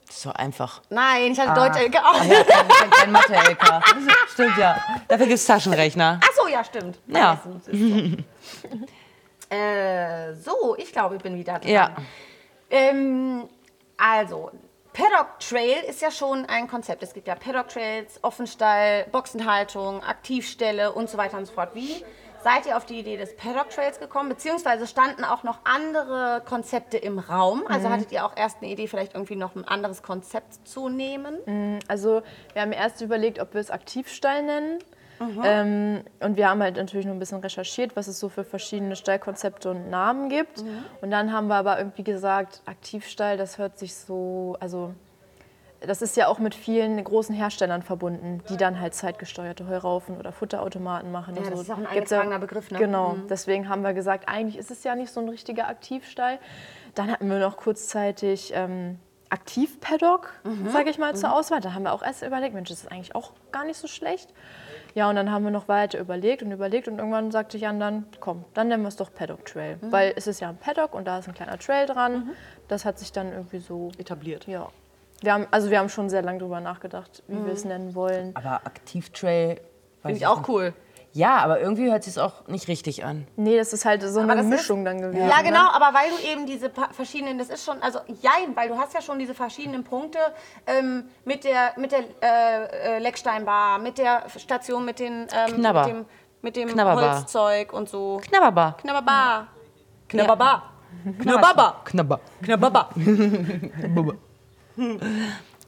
Speaker 7: ist so einfach.
Speaker 6: Nein, ich hatte Deutsch. äh, LK.
Speaker 1: Ach ja, kein, kein, kein Mathe-LK. Stimmt ja.
Speaker 7: Dafür gibt es Taschenrechner.
Speaker 6: Ach so, ja, stimmt.
Speaker 7: Ja.
Speaker 6: Das ist So. äh, so, ich glaube, ich bin wieder dran.
Speaker 7: Ja.
Speaker 6: Ähm, also, Paddock Trail ist ja schon ein Konzept. Es gibt ja Paddock Trails, Offenstall, Boxenhaltung, Aktivstelle und so weiter und so fort. Wie seid ihr auf die Idee des Paddock Trails gekommen? Beziehungsweise standen auch noch andere Konzepte im Raum? Also
Speaker 7: Mhm.
Speaker 6: hattet ihr auch erst eine Idee, vielleicht irgendwie noch ein anderes Konzept zu nehmen?
Speaker 7: Mhm.
Speaker 4: Also wir haben erst überlegt, ob wir es Aktivstall nennen. Ähm, und wir haben halt natürlich nur ein bisschen recherchiert, was es so für verschiedene Stallkonzepte und Namen gibt.
Speaker 6: Mhm.
Speaker 4: Und dann haben wir aber irgendwie gesagt, Aktivstall, das hört sich so, also das ist ja auch mit vielen großen Herstellern verbunden, die dann halt zeitgesteuerte Heuraufen oder Futterautomaten machen. und
Speaker 6: das
Speaker 4: so.
Speaker 6: ist auch ein
Speaker 4: Gibt's ja-
Speaker 6: eingetragener Begriff, ne?
Speaker 4: Genau, deswegen haben wir gesagt, eigentlich ist es ja nicht so ein richtiger Aktivstall. Dann hatten wir noch kurzzeitig ähm, Aktiv-Paddock,
Speaker 6: Mhm.
Speaker 4: sage ich mal, zur Auswahl. Da haben wir auch erst überlegt, Mensch, das ist eigentlich auch gar nicht so schlecht. Ja, und dann haben wir noch weiter überlegt und überlegt und irgendwann sagte Jan dann, komm, dann nennen wir es doch Paddock Trail.
Speaker 6: Mhm.
Speaker 4: Weil es ist ja ein Paddock und da ist ein kleiner Trail dran. Das hat sich dann irgendwie so
Speaker 6: Etabliert.
Speaker 4: Ja. Wir haben, also wir haben schon sehr lange drüber nachgedacht,
Speaker 6: Mhm.
Speaker 4: wie wir es nennen wollen.
Speaker 1: Aber Aktivtrail.
Speaker 6: Finde ich auch cool.
Speaker 7: Ja, aber irgendwie hört es auch nicht richtig an.
Speaker 4: Nee, das ist halt so
Speaker 6: Aber
Speaker 4: eine
Speaker 6: das
Speaker 4: Mischung
Speaker 6: ist,
Speaker 4: dann gewesen.
Speaker 6: Ja,
Speaker 4: ne?
Speaker 6: genau, aber weil du eben diese pa- verschiedenen, das ist schon, also jein, weil du hast ja schon diese verschiedenen Punkte ähm, mit der, mit der äh, äh, Lecksteinbar, mit der Station, mit, den, ähm, mit
Speaker 7: Knabber.
Speaker 6: dem, mit dem
Speaker 7: Knabberbar.
Speaker 6: Holzzeug und so.
Speaker 7: Knabberbar.
Speaker 6: Knabberbar. Knabberbar. Knabberbar.
Speaker 7: Knabber.
Speaker 6: Knabberbar.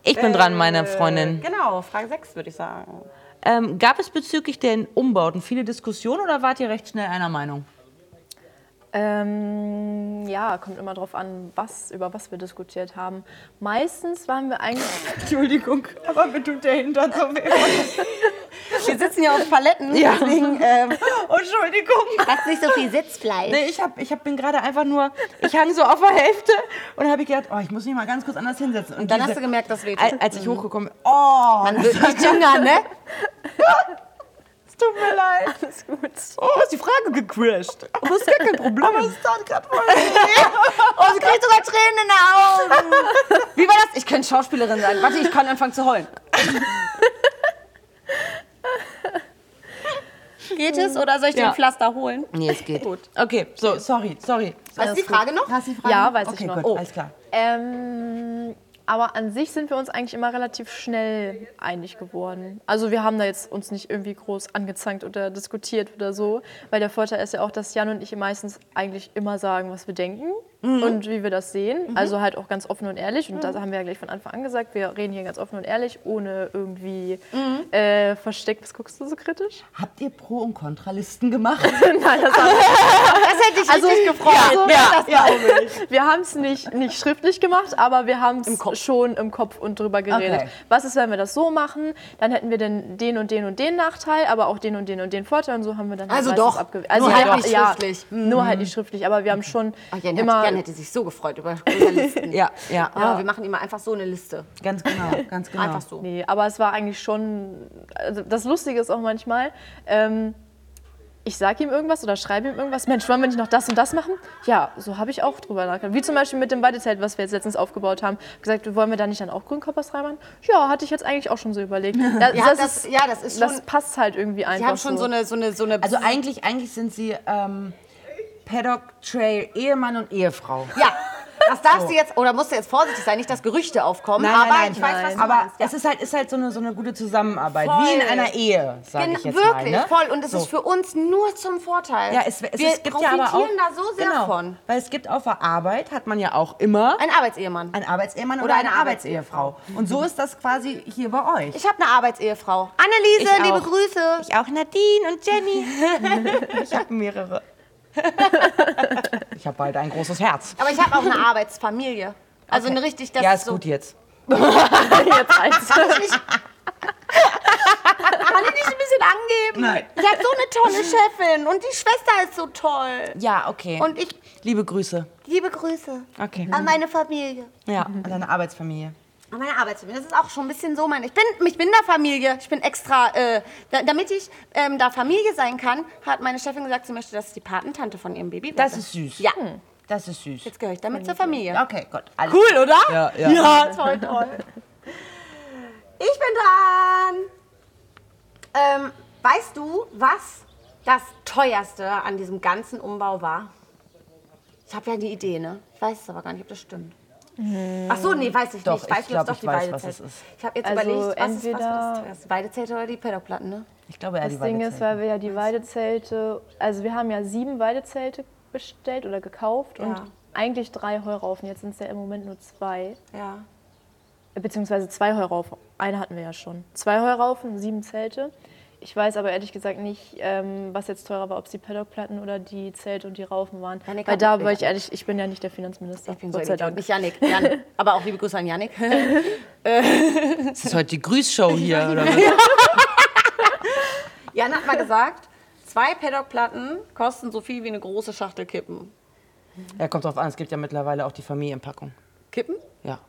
Speaker 7: Ich bin dran,
Speaker 1: Äh.
Speaker 7: meine Freundin.
Speaker 6: Genau, Frage 6 würde ich sagen.
Speaker 7: Ähm, gab es bezüglich den Umbauten viele Diskussionen oder wart ihr recht schnell einer Meinung?
Speaker 4: Ähm, ja, kommt immer drauf an, was, über was wir diskutiert haben. Meistens waren wir eigentlich.
Speaker 1: Entschuldigung, aber mir tut der Hintern so weh.
Speaker 6: Wir sitzen ja auf Paletten, ja. deswegen ähm,
Speaker 1: Entschuldigung.
Speaker 6: hast nicht so viel Sitzfleisch.
Speaker 1: Nee, ich, hab, ich hab, bin gerade einfach nur, ich hang so auf der Hälfte und habe gedacht, oh, ich muss mich mal ganz kurz anders hinsetzen. Und
Speaker 6: Dann
Speaker 1: diese-
Speaker 6: hast du gemerkt, dass wir.
Speaker 1: Al- Als ich hochgekommen bin, oh,
Speaker 6: Man wird nicht jünger, ne?
Speaker 1: es tut mir leid.
Speaker 4: Alles gut.
Speaker 1: Oh, ist die Frage gecrashed. Aber ist gar kein Problem. Aber es tat gerade voll.
Speaker 6: Oh, sie kriegt sogar Tränen in den Augen. Wie war das? Ich könnte Schauspielerin sein. Warte, ich kann anfangen zu heulen. Geht es oder soll ich den Pflaster holen?
Speaker 7: Nee, es geht.
Speaker 6: Gut.
Speaker 1: Okay, so, sorry, sorry.
Speaker 6: Was ist die Frage noch?
Speaker 1: Hast du die Frage?
Speaker 4: Ja,
Speaker 1: noch?
Speaker 4: weiß ich
Speaker 1: okay,
Speaker 4: noch.
Speaker 1: Gut,
Speaker 4: Oh.
Speaker 1: Alles klar.
Speaker 4: Ähm, aber an sich sind wir uns eigentlich immer relativ schnell einig geworden. Also wir haben da jetzt uns nicht irgendwie groß angezankt oder diskutiert oder so, weil der Vorteil ist ja auch, dass Jan und ich meistens eigentlich immer sagen, was wir denken und wie wir das sehen. Also halt auch ganz offen und ehrlich. Und das haben wir ja gleich von Anfang an gesagt. Wir reden hier ganz offen und ehrlich, ohne irgendwie äh, versteckt. Was guckst du so kritisch?
Speaker 1: Habt ihr Pro- und Kontralisten gemacht?
Speaker 4: Nein, das haben wir
Speaker 6: Das hätte ich also, richtig gefreut.
Speaker 4: Also,
Speaker 1: ja.
Speaker 4: Wir haben es nicht, nicht schriftlich gemacht, aber wir haben es schon im Kopf und drüber geredet.
Speaker 1: Okay.
Speaker 4: Was ist, wenn wir das so machen? Dann hätten wir den, den und den und den Nachteil, aber auch den und den und den Vorteil. Und so haben wir dann
Speaker 6: Also
Speaker 4: halt meistens
Speaker 6: doch.
Speaker 4: abgew-
Speaker 6: Nur halt
Speaker 4: ja,
Speaker 6: nicht
Speaker 4: ja,
Speaker 6: schriftlich.
Speaker 4: Nur halt nicht schriftlich, aber wir haben schon
Speaker 6: Ach, Jan,
Speaker 4: immer...
Speaker 6: hätte, Jan hätte sich so gefreut über unsere Listen.
Speaker 7: Ja, ja.
Speaker 6: Ah, Wir machen immer einfach so eine Liste.
Speaker 1: ganz genau, ganz genau.
Speaker 6: Einfach so.
Speaker 4: Nee, aber es war eigentlich schon. Also das Lustige ist auch manchmal, ähm, ich sage ihm irgendwas oder schreibe ihm irgendwas, Mensch, wollen wir nicht noch das und das machen? Ja, so habe ich auch drüber nachgedacht. Wie zum Beispiel mit dem Weidezelt, was wir jetzt letztens aufgebaut haben. gesagt, wollen wir da nicht dann auch Grünkoppers reinmachen? Ja, hatte ich jetzt eigentlich auch schon so überlegt. Da-
Speaker 2: Ja, das- ja, das ist
Speaker 4: Das
Speaker 2: schon-
Speaker 4: passt halt irgendwie einfach
Speaker 2: Sie haben schon so eine, so eine, so eine
Speaker 1: Also eigentlich, eigentlich sind sie ähm, Paddock Trail Ehemann und Ehefrau.
Speaker 6: Ja, das darfst du jetzt, oder musst du jetzt vorsichtig sein, nicht, dass Gerüchte aufkommen. aber ich weiß, was du
Speaker 1: Aber
Speaker 6: meinst. Ja.
Speaker 1: es ist halt, ist halt so, eine, so eine gute Zusammenarbeit. Wie in
Speaker 6: Voll.
Speaker 1: einer Ehe, sage
Speaker 6: Gen-
Speaker 1: ich jetzt
Speaker 6: wirklich,
Speaker 1: mal. Ne?
Speaker 6: voll. Und es ist für uns nur zum Vorteil.
Speaker 1: ja, es, es,
Speaker 6: Wir
Speaker 1: es gibt ja
Speaker 6: profitieren
Speaker 1: aber auch,
Speaker 6: da so sehr
Speaker 1: genau,
Speaker 6: von.
Speaker 1: Weil es gibt auf der Arbeit, hat man ja auch immer
Speaker 6: Ein Arbeitsehemann.
Speaker 1: einen Arbeitsehemann oder, eine, Arbeitsehefrau. Und so ist das quasi hier bei euch.
Speaker 6: Ich habe eine Arbeitsehefrau. Anneliese,
Speaker 1: Ich
Speaker 6: liebe
Speaker 1: auch.
Speaker 6: Grüße.
Speaker 1: Ich auch Nadine und Jenny. ich habe mehrere. ich habe halt ein großes Herz.
Speaker 6: Aber ich habe auch eine Arbeitsfamilie. Also eine richtig, das
Speaker 1: ja, ist
Speaker 6: so.
Speaker 1: gut jetzt.
Speaker 4: jetzt eins.
Speaker 6: Kann ich nicht ein bisschen angeben?
Speaker 1: Nein.
Speaker 6: Ich habe so eine tolle Chefin und die Schwester ist so toll.
Speaker 1: Ja, okay.
Speaker 6: Und ich
Speaker 1: Liebe Grüße.
Speaker 6: liebe Grüße
Speaker 1: Okay.
Speaker 6: an meine Familie.
Speaker 1: Ja, an deine Arbeitsfamilie.
Speaker 6: An meine Arbeitsfamilie. Das ist auch schon ein bisschen so mein. Ich bin, ich bin der Familie. Ich bin extra. Äh, da, damit ich ähm, da Familie sein kann, hat meine Chefin gesagt, sie möchte, dass ich die Patentante von ihrem Baby
Speaker 1: Das
Speaker 6: werde.
Speaker 1: ist süß.
Speaker 6: Ja,
Speaker 1: Das ist süß.
Speaker 6: jetzt gehöre ich damit zur Familie.
Speaker 1: Okay, Gott. Alles
Speaker 6: Cool, oder?
Speaker 1: Ja, ja.
Speaker 6: toll, toll. Ich bin dran. Ähm, weißt du, was das teuerste an diesem ganzen Umbau war? Ich habe ja die Idee, ne? Ich weiß es aber gar nicht, ob das stimmt. Ach so, nee, weiß ich
Speaker 1: Doch,
Speaker 6: nicht. Ich weiß
Speaker 1: ich
Speaker 6: jetzt
Speaker 1: glaub,
Speaker 6: doch
Speaker 1: ich
Speaker 6: die
Speaker 1: weiß, was
Speaker 6: Weidezelte.
Speaker 1: es ist.
Speaker 6: Ich habe jetzt
Speaker 4: Also
Speaker 6: überlegt, was ist was war
Speaker 4: entweder-
Speaker 6: das teuerste? Weidezelte oder die Paddockplatten, ne?
Speaker 1: Ich glaube, er
Speaker 4: Das Ding ist, weil wir ja die Weidezelte, also wir haben ja sieben Weidezelte bestellt oder gekauft und
Speaker 6: Ja.
Speaker 4: eigentlich drei Heuraufen. Jetzt sind es ja im Moment nur zwei,
Speaker 6: Ja.
Speaker 4: beziehungsweise zwei Heuraufen. Eine hatten wir ja schon. Zwei Heuraufen, sieben Zelte. Ich weiß aber ehrlich gesagt nicht, ähm, was jetzt teurer war, ob es die Paddockplatten oder die Zelte und die Raufen waren.
Speaker 6: Ja, nee,
Speaker 4: Weil
Speaker 6: komm,
Speaker 4: da
Speaker 6: ich-
Speaker 4: war ich ehrlich, ich bin ja nicht der Finanzminister.
Speaker 6: Ich bin so
Speaker 4: Gott
Speaker 6: ein
Speaker 4: sei
Speaker 6: Idiot.
Speaker 4: Dank.
Speaker 6: Nicht Janik. Jan. Aber auch liebe Grüße an Janik.
Speaker 5: Das ist heute die Grüßshow hier. Oder was?
Speaker 6: Jan hat mal gesagt, zwei Paddockplatten kosten so viel wie eine große Schachtel Kippen.
Speaker 1: Ja, kommt drauf an, es gibt ja mittlerweile auch die Familienpackung.
Speaker 6: Kippen?
Speaker 1: Ja.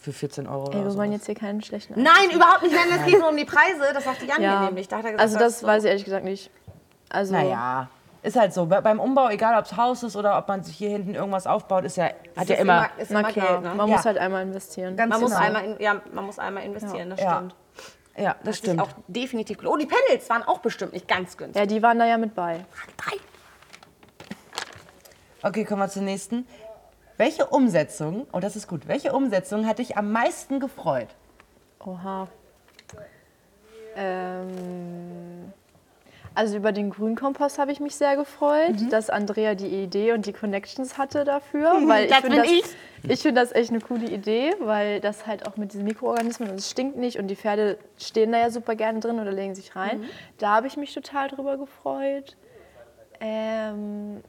Speaker 1: Für 14 Euro
Speaker 4: Ey,
Speaker 1: oder
Speaker 4: wir
Speaker 1: so.
Speaker 4: wollen jetzt hier keinen schlechten
Speaker 6: Nein, überhaupt nicht. Nein, es geht nur um die Preise. Das sagte Jan mir
Speaker 4: Ja.
Speaker 6: nämlich. Da hat er gesagt,
Speaker 4: also das
Speaker 6: so.
Speaker 4: weiß ich ehrlich gesagt nicht. Also
Speaker 1: Naja, ist halt so. Bei- Beim Umbau, egal ob es Haus ist oder ob man sich hier hinten irgendwas aufbaut, ist ja, hat ja
Speaker 6: ist
Speaker 1: immer...
Speaker 6: ist
Speaker 4: na
Speaker 6: immer
Speaker 4: klar,
Speaker 6: Geld, ne?
Speaker 4: man
Speaker 1: Ja.
Speaker 4: muss halt einmal investieren.
Speaker 1: Ganz
Speaker 6: Man muss,
Speaker 1: genau.
Speaker 6: einmal in, ja, man muss einmal investieren, das
Speaker 1: Ja.
Speaker 6: stimmt.
Speaker 1: Ja, das
Speaker 6: Das ist
Speaker 1: stimmt.
Speaker 6: auch definitiv gut. Oh, die Panels waren auch bestimmt nicht ganz günstig.
Speaker 4: Ja, die waren da ja mit bei.
Speaker 6: Drei.
Speaker 1: Okay, kommen wir zur nächsten. Welche Umsetzung, oh das ist gut, welche Umsetzung hat dich am meisten gefreut?
Speaker 4: Oha. Ähm, also über den Grünkompass habe ich mich sehr gefreut,
Speaker 6: Mhm.
Speaker 4: dass Andrea die Idee und die Connections hatte dafür. Weil ich
Speaker 6: das
Speaker 4: finde
Speaker 6: bin
Speaker 4: das, ich finde das echt eine coole Idee, weil das halt auch mit diesen Mikroorganismen, und es stinkt nicht und die Pferde stehen da ja super gerne drin oder legen sich
Speaker 6: Mhm.
Speaker 4: rein. Da habe ich mich total drüber gefreut. Ähm,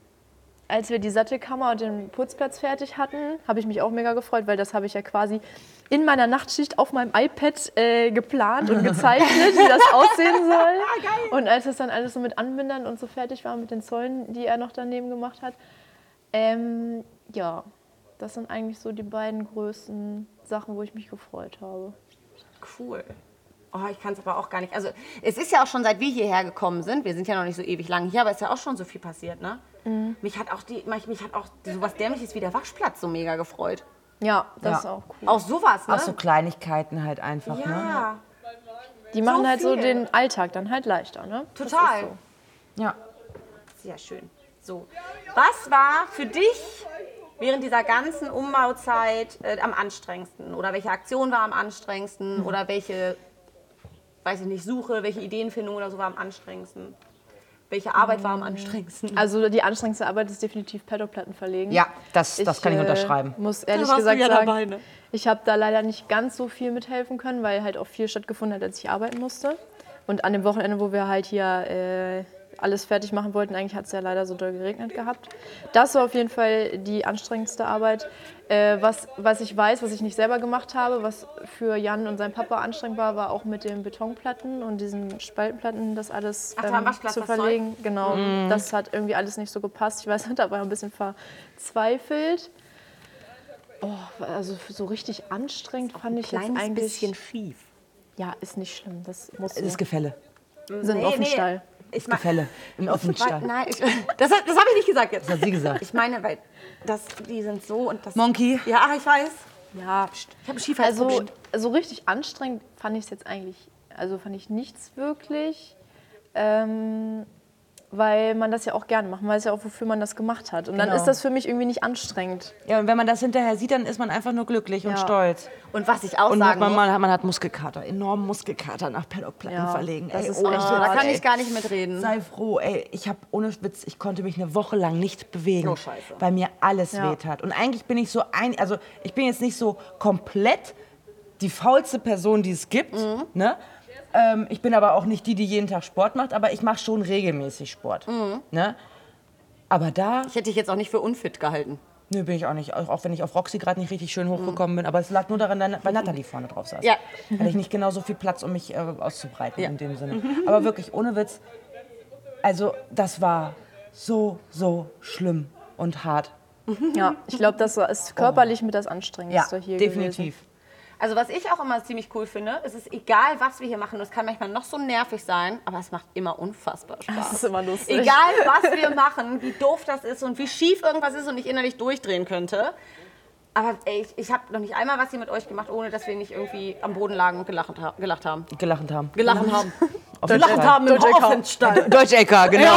Speaker 4: als wir die Sattelkammer und den Putzplatz fertig hatten, habe ich mich auch mega gefreut, weil das habe ich ja quasi in meiner Nachtschicht auf meinem iPad äh, geplant und gezeichnet, wie das aussehen soll. Und als das dann alles so mit Anbindern und so fertig war mit den Zäunen, die er noch daneben gemacht hat, ähm, ja, das sind eigentlich so die beiden größten Sachen, wo ich mich gefreut habe.
Speaker 6: Cool. Oh, ich kann es aber auch gar nicht. Also, es ist ja auch schon seit wir hierher gekommen sind. Wir sind ja noch nicht so ewig lang hier, aber es ist ja auch schon so viel passiert, ne? Mich hat auch die, mich, mich hat auch sowas Dämliches wie der Waschplatz so mega gefreut.
Speaker 4: Ja, das
Speaker 1: Ja.
Speaker 4: ist auch cool.
Speaker 6: Auch sowas, ne?
Speaker 1: Auch so Kleinigkeiten halt einfach, ne?
Speaker 6: ja,
Speaker 4: Die machen halt so
Speaker 6: viel.
Speaker 4: den Alltag dann halt leichter, ne?
Speaker 6: total.
Speaker 1: Ja.
Speaker 6: Sehr schön. So, was war für dich während dieser ganzen Umbauzeit äh, am anstrengendsten? Oder welche Aktion war am anstrengendsten?
Speaker 1: Hm.
Speaker 6: Oder welche, weiß ich nicht, Suche, welche Ideenfindung oder so war am anstrengendsten? Welche Arbeit war am
Speaker 1: Hm.
Speaker 6: anstrengendsten?
Speaker 4: Also die anstrengendste Arbeit ist definitiv Paddockplatten verlegen.
Speaker 1: Ja, das, das kann ich
Speaker 4: äh,
Speaker 1: unterschreiben.
Speaker 4: muss ehrlich
Speaker 6: warst du
Speaker 4: gesagt
Speaker 6: ja
Speaker 4: sagen,
Speaker 6: dabei, ne?
Speaker 4: ich habe da leider nicht ganz so viel mithelfen können, weil halt auch viel stattgefunden hat, als ich arbeiten musste. Und an dem Wochenende, wo wir halt hier äh, alles fertig machen wollten, eigentlich hat es ja leider so doll geregnet gehabt. Das war auf jeden Fall die anstrengendste Arbeit. Äh, was, was ich weiß, was ich nicht selber gemacht habe, was für Jan und sein Papa anstrengend war, war auch mit den Betonplatten und diesen Spaltenplatten, das alles ähm,
Speaker 6: Ach, da am Waschplatz
Speaker 4: zu
Speaker 6: das Zeug?
Speaker 4: verlegen. Genau, das hat irgendwie alles nicht so gepasst. Ich weiß nicht, da war ich ein bisschen verzweifelt. Oh, also für so richtig anstrengend fand ich jetzt
Speaker 6: Kleines
Speaker 4: eigentlich.
Speaker 6: bisschen schief.
Speaker 4: Ja, ist nicht schlimm. Das muss
Speaker 1: Es
Speaker 4: so.
Speaker 1: ist Gefälle.
Speaker 4: Wir sind
Speaker 6: Nee,
Speaker 4: auf dem
Speaker 6: nee.
Speaker 4: Stall.
Speaker 6: ich mein-
Speaker 1: Gefälle im offenen Stall.
Speaker 6: Nein, ich, das, hat- das habe ich nicht gesagt jetzt. Das
Speaker 1: hat sie gesagt.
Speaker 6: Ich meine, weil das, die sind so und das.
Speaker 1: Monkey.
Speaker 6: Ja, ich weiß.
Speaker 4: Ja,
Speaker 6: Ich habe ein
Speaker 4: Also
Speaker 6: Schiefheitsproblem.
Speaker 4: so richtig anstrengend fand ich es jetzt eigentlich, also fand ich nichts wirklich, ähm, weil man das ja auch gerne macht. Man weiß ja auch, wofür man das gemacht hat. Und dann
Speaker 1: Genau.
Speaker 4: ist das für mich irgendwie nicht anstrengend.
Speaker 1: Ja, und wenn man das hinterher sieht, dann ist man einfach nur glücklich und
Speaker 4: Ja.
Speaker 1: stolz.
Speaker 6: und was ich auch
Speaker 1: Und hat
Speaker 6: sagen
Speaker 1: man,
Speaker 6: muss,
Speaker 1: man, hat, man hat Muskelkater, enormen Muskelkater nach Paddockplatten
Speaker 4: Ja,
Speaker 1: verlegen.
Speaker 4: das
Speaker 1: ey, oh,
Speaker 4: ist
Speaker 1: ohne
Speaker 4: echt
Speaker 1: Witz,
Speaker 4: hart,
Speaker 6: da kann
Speaker 1: ey.
Speaker 6: ich gar nicht mitreden.
Speaker 1: Sei froh, ey, ich habe ohne Witz, ich konnte mich eine Woche lang nicht bewegen,
Speaker 6: Oh, scheiße.
Speaker 1: weil mir alles
Speaker 4: Ja.
Speaker 1: wehtat. Und eigentlich bin ich so ein, also ich bin jetzt nicht so komplett die faulste Person, die es gibt,
Speaker 6: Mhm.
Speaker 1: ne? Ähm, ich bin aber auch nicht die, die jeden Tag Sport macht, aber ich mache schon regelmäßig Sport,
Speaker 6: Mhm.
Speaker 1: ne? Aber da,
Speaker 6: Ich hätte dich jetzt auch nicht für unfit gehalten.
Speaker 1: nö, bin ich auch nicht, auch, auch wenn ich auf Roxy gerade nicht richtig schön hochgekommen bin, aber es lag nur daran, weil- weil Natalie vorne drauf saß.
Speaker 6: Mhm. Ja.
Speaker 1: Hatte ich nicht genau so viel Platz, um mich äh, auszubreiten in dem Sinne. Aber wirklich, ohne Witz, also, das war so, so schlimm und hart.
Speaker 4: Ja, ich glaube, das ist körperlich mit das Anstrengendste hier
Speaker 1: Oh. definitiv.
Speaker 6: Also was ich auch immer ziemlich cool finde, es ist egal, was wir hier machen. und Es kann manchmal noch so nervig sein, aber es macht immer unfassbar Spaß.
Speaker 4: Das ist immer lustig.
Speaker 6: Egal, was wir machen, wie doof das ist und wie schief irgendwas ist und ich innerlich durchdrehen könnte. Aber ey, ich, ich habe noch nicht einmal was hier mit euch gemacht, ohne dass wir nicht irgendwie am Boden lagen und gelacht, ha gelacht haben.
Speaker 1: Gelachen haben.
Speaker 6: Gelachen haben.
Speaker 1: Auf jeden
Speaker 6: Gelacht
Speaker 1: Fall.
Speaker 6: haben im
Speaker 4: Deutsche Kau-
Speaker 6: Hoffenstein.
Speaker 1: Deutsch Ecker, genau.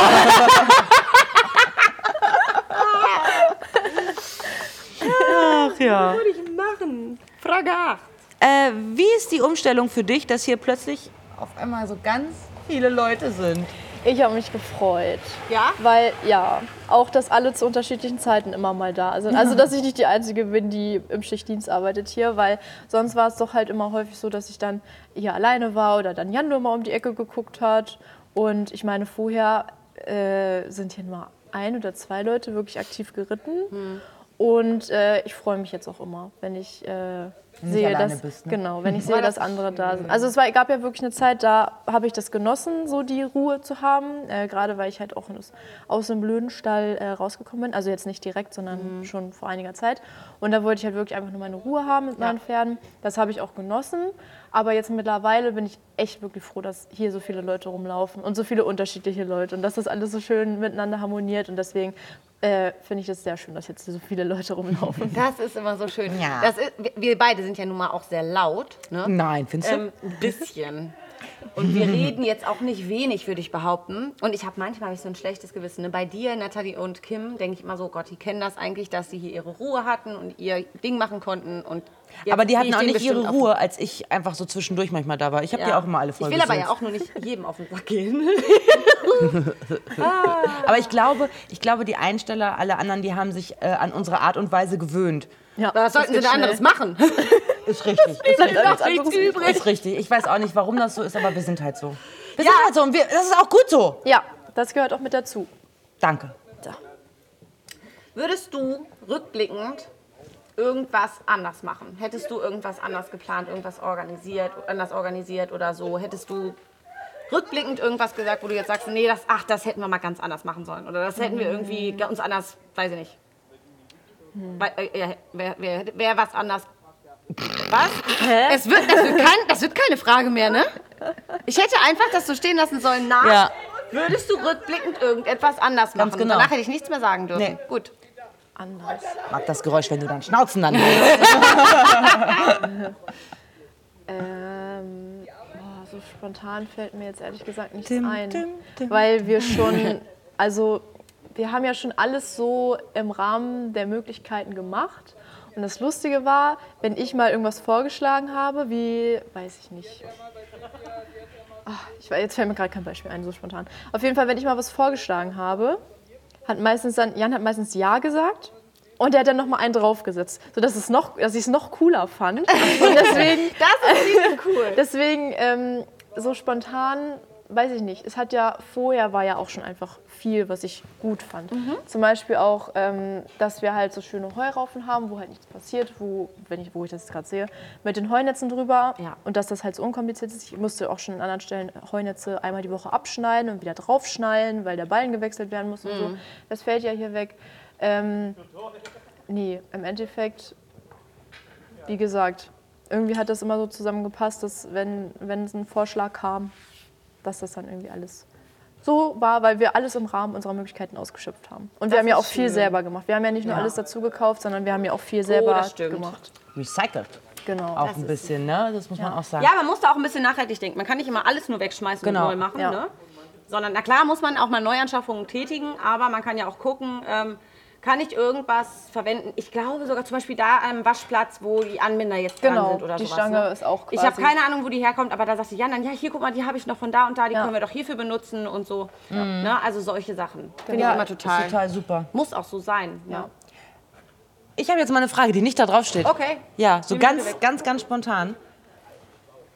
Speaker 1: Ach ja.
Speaker 6: würde ich machen? Frage 8.
Speaker 1: Äh, wie ist die Umstellung für dich, dass hier plötzlich auf einmal so ganz viele Leute sind?
Speaker 4: Ich habe mich gefreut.
Speaker 6: Ja?
Speaker 4: Weil, ja, auch, dass alle zu unterschiedlichen Zeiten immer mal da sind. Also, dass ich nicht die Einzige bin, die im Schichtdienst arbeitet hier, weil sonst war es doch halt immer häufig so, dass ich dann hier alleine war oder dann Jan nur mal um die Ecke geguckt hat. Und ich meine, vorher äh, sind hier nur ein oder zwei Leute wirklich aktiv geritten. Und äh, ich freue mich jetzt auch immer, wenn ich äh, sehe,
Speaker 1: alleine
Speaker 4: dass,
Speaker 1: bist, ne?
Speaker 4: genau, wenn ich sehe, dass andere da sind. Also es war, gab ja wirklich eine Zeit, da habe ich das genossen, so die Ruhe zu haben, äh, gerade weil ich halt auch aus- aus dem Blödenstall äh, rausgekommen bin. Also jetzt nicht direkt, sondern schon vor einiger Zeit. Und da wollte ich halt wirklich einfach nur meine Ruhe haben mit meinen Pferden. Das habe ich auch genossen. Aber jetzt mittlerweile bin ich echt wirklich froh, dass hier so viele Leute rumlaufen und so viele unterschiedliche Leute und dass das alles so schön miteinander harmoniert. Und deswegen äh, finde ich das sehr schön, dass jetzt so viele Leute rumlaufen.
Speaker 6: Das ist immer so schön.
Speaker 1: Ja.
Speaker 6: Das ist, wir- wir beide sind ja nun mal auch sehr laut. Ne?
Speaker 1: Nein, findest du?
Speaker 6: Ähm, ein bisschen. Und wir reden jetzt auch nicht wenig, würde ich behaupten. Und ich habe manchmal hab ich so ein schlechtes Gewissen. Ne? Bei dir, Natalie und Kim, denke ich immer so, Gott, die kennen das eigentlich, dass sie hier ihre Ruhe hatten und ihr Ding machen konnten. Und jetzt
Speaker 1: aber die
Speaker 6: geh
Speaker 1: hatten
Speaker 6: ich
Speaker 1: auch
Speaker 6: denen
Speaker 1: nicht ihre
Speaker 6: bestimmt auf-
Speaker 1: Ruhe, als ich einfach so zwischendurch manchmal da war. Ich habe ja. dir auch immer alle
Speaker 6: Ich
Speaker 1: voll
Speaker 6: will aber ja
Speaker 1: gesetzt.
Speaker 6: auch nur nicht jedem auf den Sack gehen.
Speaker 1: Aber ich glaube, ich glaube, die Einsteller, alle anderen, die haben sich äh, an unsere Art und Weise gewöhnt.
Speaker 4: Ja,
Speaker 6: Was sollten sie
Speaker 4: geht
Speaker 6: da anderes
Speaker 4: schnell.
Speaker 6: machen?
Speaker 1: Ist richtig. Ist,
Speaker 4: Bleibt alles anderes übrig.
Speaker 1: ist richtig. Ich weiß auch nicht, warum das so ist, aber wir sind halt so. Wir sind halt so und wir, das ist auch gut so.
Speaker 4: Ja, das gehört auch mit dazu.
Speaker 1: Danke.
Speaker 6: Würdest du rückblickend irgendwas anders machen? Hättest du irgendwas anders geplant, irgendwas organisiert, anders organisiert oder so? Hättest du rückblickend irgendwas gesagt, wo du jetzt sagst, nee, das, ach, das hätten wir mal ganz anders machen sollen oder das hätten wir
Speaker 1: Mhm.
Speaker 6: irgendwie ga- uns anders, weiß ich nicht. Weil, äh, ja, Wer, wer, wer was anders? Was? Es wird, das, wird kein, das wird keine Frage mehr, ne? Ich hätte einfach das so stehen lassen sollen. Nach
Speaker 1: Ja.
Speaker 6: würdest du rückblickend irgendetwas anders machen?
Speaker 1: Ganz genau.
Speaker 6: Danach hätte ich nichts mehr sagen dürfen.
Speaker 1: Nee.
Speaker 6: Gut.
Speaker 4: Anders.
Speaker 1: Mag das Geräusch, wenn du dann Schnauzen dann.
Speaker 4: Ähm, boah, so spontan fällt mir jetzt ehrlich gesagt nichts
Speaker 1: Dim,
Speaker 4: ein,
Speaker 1: dim, dim.
Speaker 4: weil wir schon, also wir haben ja schon alles so im Rahmen der Möglichkeiten gemacht. Und das Lustige war, wenn ich mal irgendwas vorgeschlagen habe, wie, weiß ich nicht, Ah, ich, weiß- jetzt fällt mir gerade kein Beispiel ein, so spontan. Auf jeden Fall, wenn ich mal was vorgeschlagen habe, hat meistens dann, Jan hat meistens Ja gesagt. Und er hat dann noch mal einen draufgesetzt, sodass es noch, dass ich es noch cooler fand. Und deswegen, das ist cool. Deswegen ähm, so spontan, weiß ich nicht. Es hat ja vorher war ja auch schon einfach viel, was ich gut fand. Zum Beispiel auch, ähm, dass wir halt so schöne Heuraufen haben, wo halt nichts passiert, wo, wenn ich, wo ich das jetzt gerade sehe, mit den Heunetzen drüber.
Speaker 6: Ja.
Speaker 4: Und dass das halt so unkompliziert ist. Ich musste auch schon an anderen Stellen Heunetze einmal die Woche abschneiden und wieder draufschnallen, weil der Ballen gewechselt werden muss und so. Das fällt ja hier weg. Ähm, nee, im Endeffekt, wie gesagt, irgendwie hat das immer so zusammengepasst, dass wenn, wenn es ein Vorschlag kam, dass das dann irgendwie alles so war, weil wir alles im Rahmen unserer Möglichkeiten ausgeschöpft haben. Und wir haben ja auch viel selber gemacht. Wir haben ja nicht nur alles dazu gekauft, sondern wir haben ja auch viel selber
Speaker 6: Oh, das stimmt.
Speaker 4: gemacht.
Speaker 5: Recycelt
Speaker 4: Genau.
Speaker 5: auch ein bisschen, ne? Das muss man auch sagen.
Speaker 6: Ja, man muss da auch ein bisschen nachhaltig denken. Man kann nicht immer alles nur wegschmeißen
Speaker 5: Genau,
Speaker 6: und neu machen.
Speaker 4: ja.
Speaker 6: Ne? Sondern, na klar, muss man auch mal Neuanschaffungen tätigen, aber man kann ja auch gucken, ähm, kann ich irgendwas verwenden? Ich glaube sogar zum Beispiel da am Waschplatz, wo die Anbinder jetzt dran
Speaker 4: Genau,
Speaker 6: sind oder
Speaker 4: die
Speaker 6: sowas.
Speaker 4: Stange
Speaker 6: ne?
Speaker 4: ist auch
Speaker 6: Ich habe
Speaker 4: quasi-
Speaker 6: keine Ahnung, wo die herkommt, aber da sagt die Jan dann, ja, hier, guck mal, die habe ich noch von da und da, die
Speaker 4: Ja.
Speaker 6: können wir doch hierfür benutzen und so. Ne? Also solche Sachen. Finde
Speaker 4: Ja,
Speaker 6: ich immer total.
Speaker 5: Ist total super.
Speaker 6: Muss auch so sein. Ne?
Speaker 5: Ich habe jetzt mal eine Frage, die nicht da drauf steht.
Speaker 6: Okay.
Speaker 5: Ja, so
Speaker 6: Nehmen wir
Speaker 5: ganz,
Speaker 6: direkt.
Speaker 5: ganz, ganz spontan.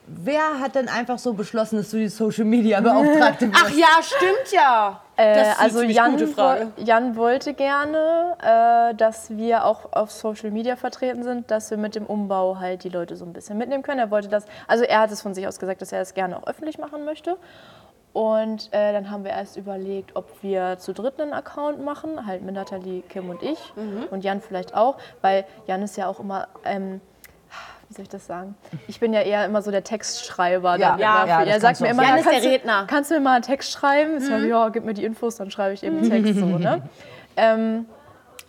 Speaker 5: Wer hat denn einfach so beschlossen, dass du die Social Media Beauftragte bist?
Speaker 6: Ach ja, stimmt ja.
Speaker 4: Äh,
Speaker 6: ist eine
Speaker 4: also
Speaker 6: ziemlich
Speaker 4: Jan,
Speaker 6: gute Frage.
Speaker 4: wo- Jan wollte gerne, äh, dass wir auch auf Social Media vertreten sind, dass wir mit dem Umbau halt die Leute so ein bisschen mitnehmen können. Er wollte das, also er hat es von sich aus gesagt, dass er es gerne auch öffentlich machen möchte. Und äh, dann haben wir erst überlegt, ob wir zu dritt einen Account machen, halt mit Nathalie, Kim und ich
Speaker 5: Mhm.
Speaker 4: und Jan vielleicht auch, weil Jan ist ja auch immer, ähm, wie soll ich das sagen? Ich bin ja eher immer so der Textschreiber.
Speaker 5: Ja,
Speaker 4: dann
Speaker 5: ja,
Speaker 4: immer.
Speaker 5: ja, das
Speaker 4: er sagt
Speaker 5: kannst du
Speaker 4: mir
Speaker 5: auch
Speaker 4: immer,
Speaker 5: sagen.
Speaker 4: ja,
Speaker 6: Jan ist der
Speaker 4: kannst du-
Speaker 6: Redner. Mhm.
Speaker 4: kannst du mir mal einen Text schreiben? Ich sage, ja, gib mir die Infos, dann schreibe ich eben einen Text so, ne? Ähm,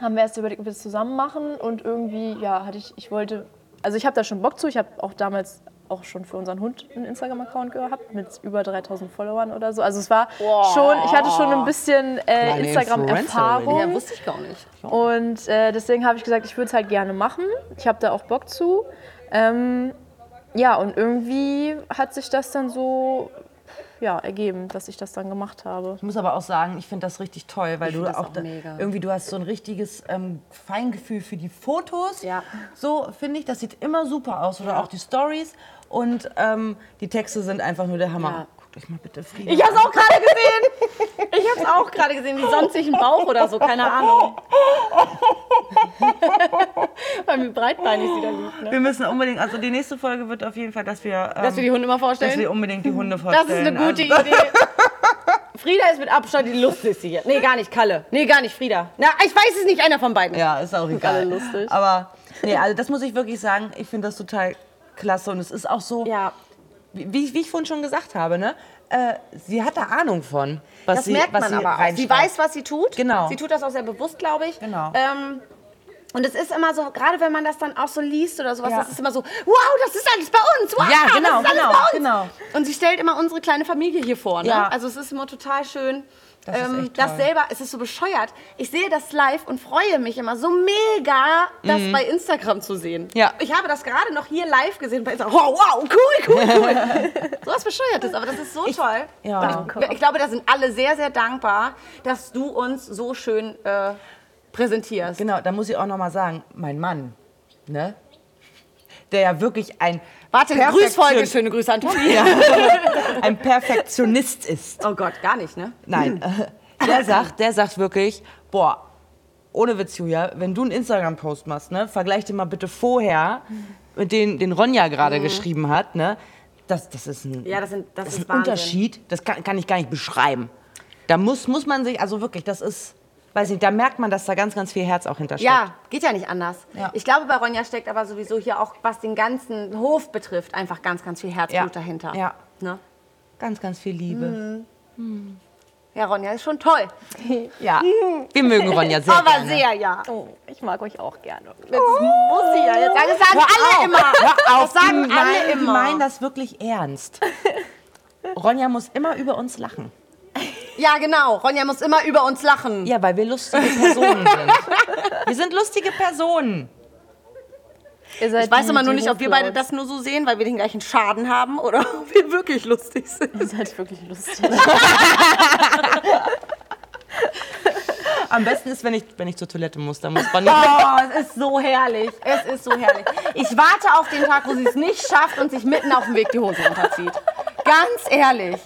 Speaker 4: haben wir erst überlegt, ob wir es zusammen machen und irgendwie, ja, hatte ich, ich wollte, also ich habe da schon Bock zu, ich habe auch damals auch schon für unseren Hund einen Instagram-Account gehabt mit über 3000 Followern oder so. Also es war schon, ich hatte schon ein bisschen äh,
Speaker 5: Kleine
Speaker 4: Instagram-Erfahrung.
Speaker 6: Ja, wusste ich gar nicht.
Speaker 4: Und äh, deswegen habe ich gesagt, ich würde es halt gerne machen. Ich habe da auch Bock zu. Ähm, ja, und irgendwie hat sich das dann so ja, ergeben, dass ich das dann gemacht habe.
Speaker 5: Ich muss aber auch sagen, ich finde das richtig toll, weil du
Speaker 6: find das
Speaker 5: auch,
Speaker 6: auch
Speaker 5: da,
Speaker 6: mega.
Speaker 5: irgendwie du hast so ein richtiges ähm, Feingefühl für die Fotos.
Speaker 6: Ja.
Speaker 5: So finde ich, das sieht immer super aus oder auch die Stories und ähm, die Texte sind einfach nur der Hammer.
Speaker 6: Ja.
Speaker 5: Guckt euch mal bitte Frieda.
Speaker 6: Ich hab's auch gerade gesehen. Ich hab's auch gerade gesehen, wie sonst sich ein Bauch oder so,
Speaker 5: Oh,
Speaker 6: keine Ahnung. Weil wie breitbeinig sie da liegt, ne?
Speaker 5: Wir müssen unbedingt, also die nächste Folge wird auf jeden Fall, dass wir, ähm,
Speaker 6: Dass wir die Hunde mal
Speaker 5: dass
Speaker 6: vorstellen.
Speaker 5: wir unbedingt die Hunde
Speaker 6: Das
Speaker 5: vorstellen.
Speaker 6: ist eine gute
Speaker 5: also,
Speaker 6: Idee. Frieda ist mit Abstand die lustigste hier. Nee, gar nicht Kalle. Nee, gar nicht Frieda. Na, ich weiß es nicht, einer von beiden.
Speaker 5: Ja, ist auch egal.
Speaker 4: alle lustig.
Speaker 5: Aber nee, also das muss ich wirklich sagen, ich finde das total klasse und es ist auch so,
Speaker 6: Ja.
Speaker 5: wie, wie ich- wie ich vorhin schon gesagt habe, ne? Äh, sie hat da Ahnung von, was
Speaker 6: Das
Speaker 5: sie
Speaker 6: merkt
Speaker 5: was
Speaker 6: man
Speaker 5: sie
Speaker 6: aber auch. Sie
Speaker 5: reinschreibt.
Speaker 6: weiß, was sie tut.
Speaker 5: Genau.
Speaker 6: Sie tut das auch sehr bewusst, glaube ich.
Speaker 5: Genau.
Speaker 6: Ähm, und es ist immer so, gerade wenn man das dann auch so liest oder sowas,
Speaker 5: Ja.
Speaker 6: das ist immer so, wow, das ist alles bei uns. Wow,
Speaker 5: Ja,
Speaker 6: das
Speaker 5: genau,
Speaker 6: ist alles
Speaker 5: genau,
Speaker 6: bei uns.
Speaker 5: genau.
Speaker 6: Und sie stellt immer unsere kleine Familie hier vor. Ne?
Speaker 5: Ja.
Speaker 6: Also es ist immer total schön. Ähm,
Speaker 5: Das ist echt
Speaker 6: das
Speaker 5: toll.
Speaker 6: selber, es ist so bescheuert. Ich sehe das live und freue mich immer so mega, das bei Instagram zu sehen.
Speaker 5: Mhm. Ja.
Speaker 6: Ich habe das gerade noch hier live gesehen bei Instagram. Wow, wow, cool, cool, cool. so was Bescheuertes, aber das ist so toll.
Speaker 5: Ja.
Speaker 6: Und ich, ich glaube, da sind alle sehr, sehr dankbar, dass du uns so schön äh, präsentierst.
Speaker 5: Genau, da muss ich auch nochmal sagen, mein Mann, ne? Der ja wirklich ein,
Speaker 6: Warte,
Speaker 5: Perfektion.
Speaker 6: Grüßfolge, schöne Grüße an Tommy.
Speaker 5: ein Perfektionist ist.
Speaker 6: Oh Gott, gar nicht, ne?
Speaker 5: Nein. Der sagt, der sagt wirklich, boah, ohne Witz, Julia, wenn du einen Instagram-Post machst, ne, vergleich dir mal bitte vorher mit den, den Ronja gerade geschrieben hat, ne? Das, das ist ein,
Speaker 6: Mhm. Ja, das sind- das ist
Speaker 5: ein
Speaker 6: Wahnsinn.
Speaker 5: Unterschied, das kann, kann ich gar nicht beschreiben. Da muss, muss man sich, also wirklich, das ist, weiß nicht, da merkt man, dass da ganz, ganz viel Herz auch hintersteckt.
Speaker 6: Ja, geht ja nicht anders.
Speaker 5: Ja.
Speaker 6: Ich glaube, bei Ronja steckt aber sowieso hier auch, was den ganzen Hof betrifft, einfach ganz, ganz viel Herzblut
Speaker 5: Ja.
Speaker 6: dahinter. Mhm.
Speaker 5: Ja.
Speaker 6: Ne?
Speaker 5: Ganz, ganz viel Liebe.
Speaker 6: Ja, Ronja ist schon toll.
Speaker 5: Ja, wir mögen Ronja sehr
Speaker 6: aber
Speaker 5: gerne.
Speaker 6: sehr, ja.
Speaker 4: Oh, ich mag euch auch gerne.
Speaker 6: Muss sie ja jetzt. Das sagen alle immer.
Speaker 5: Hör auf,
Speaker 6: Das sagen
Speaker 5: die,
Speaker 6: alle
Speaker 5: meinen, die
Speaker 6: immer.
Speaker 5: meinen das wirklich ernst. Ronja muss immer über uns lachen.
Speaker 6: Ja, genau. Ronja muss immer über uns lachen.
Speaker 5: Ja, weil wir lustige Personen sind. Wir sind lustige Personen.
Speaker 4: Ihr seid
Speaker 6: Ich weiß
Speaker 4: die-
Speaker 6: immer nur
Speaker 4: die
Speaker 6: nicht, ob wir beide
Speaker 4: Hochblauen.
Speaker 6: das nur so sehen, weil wir den gleichen Schaden haben oder ob wir wirklich lustig sind.
Speaker 4: Ihr seid wirklich lustig.
Speaker 5: Am besten ist, wenn ich, wenn ich zur Toilette muss, dann muss Ronja.
Speaker 6: Oh, es ist so herrlich. Es ist so herrlich. Ich warte auf den Tag, wo sie es nicht schafft und sich mitten auf dem Weg die Hose runterzieht. Ganz ehrlich.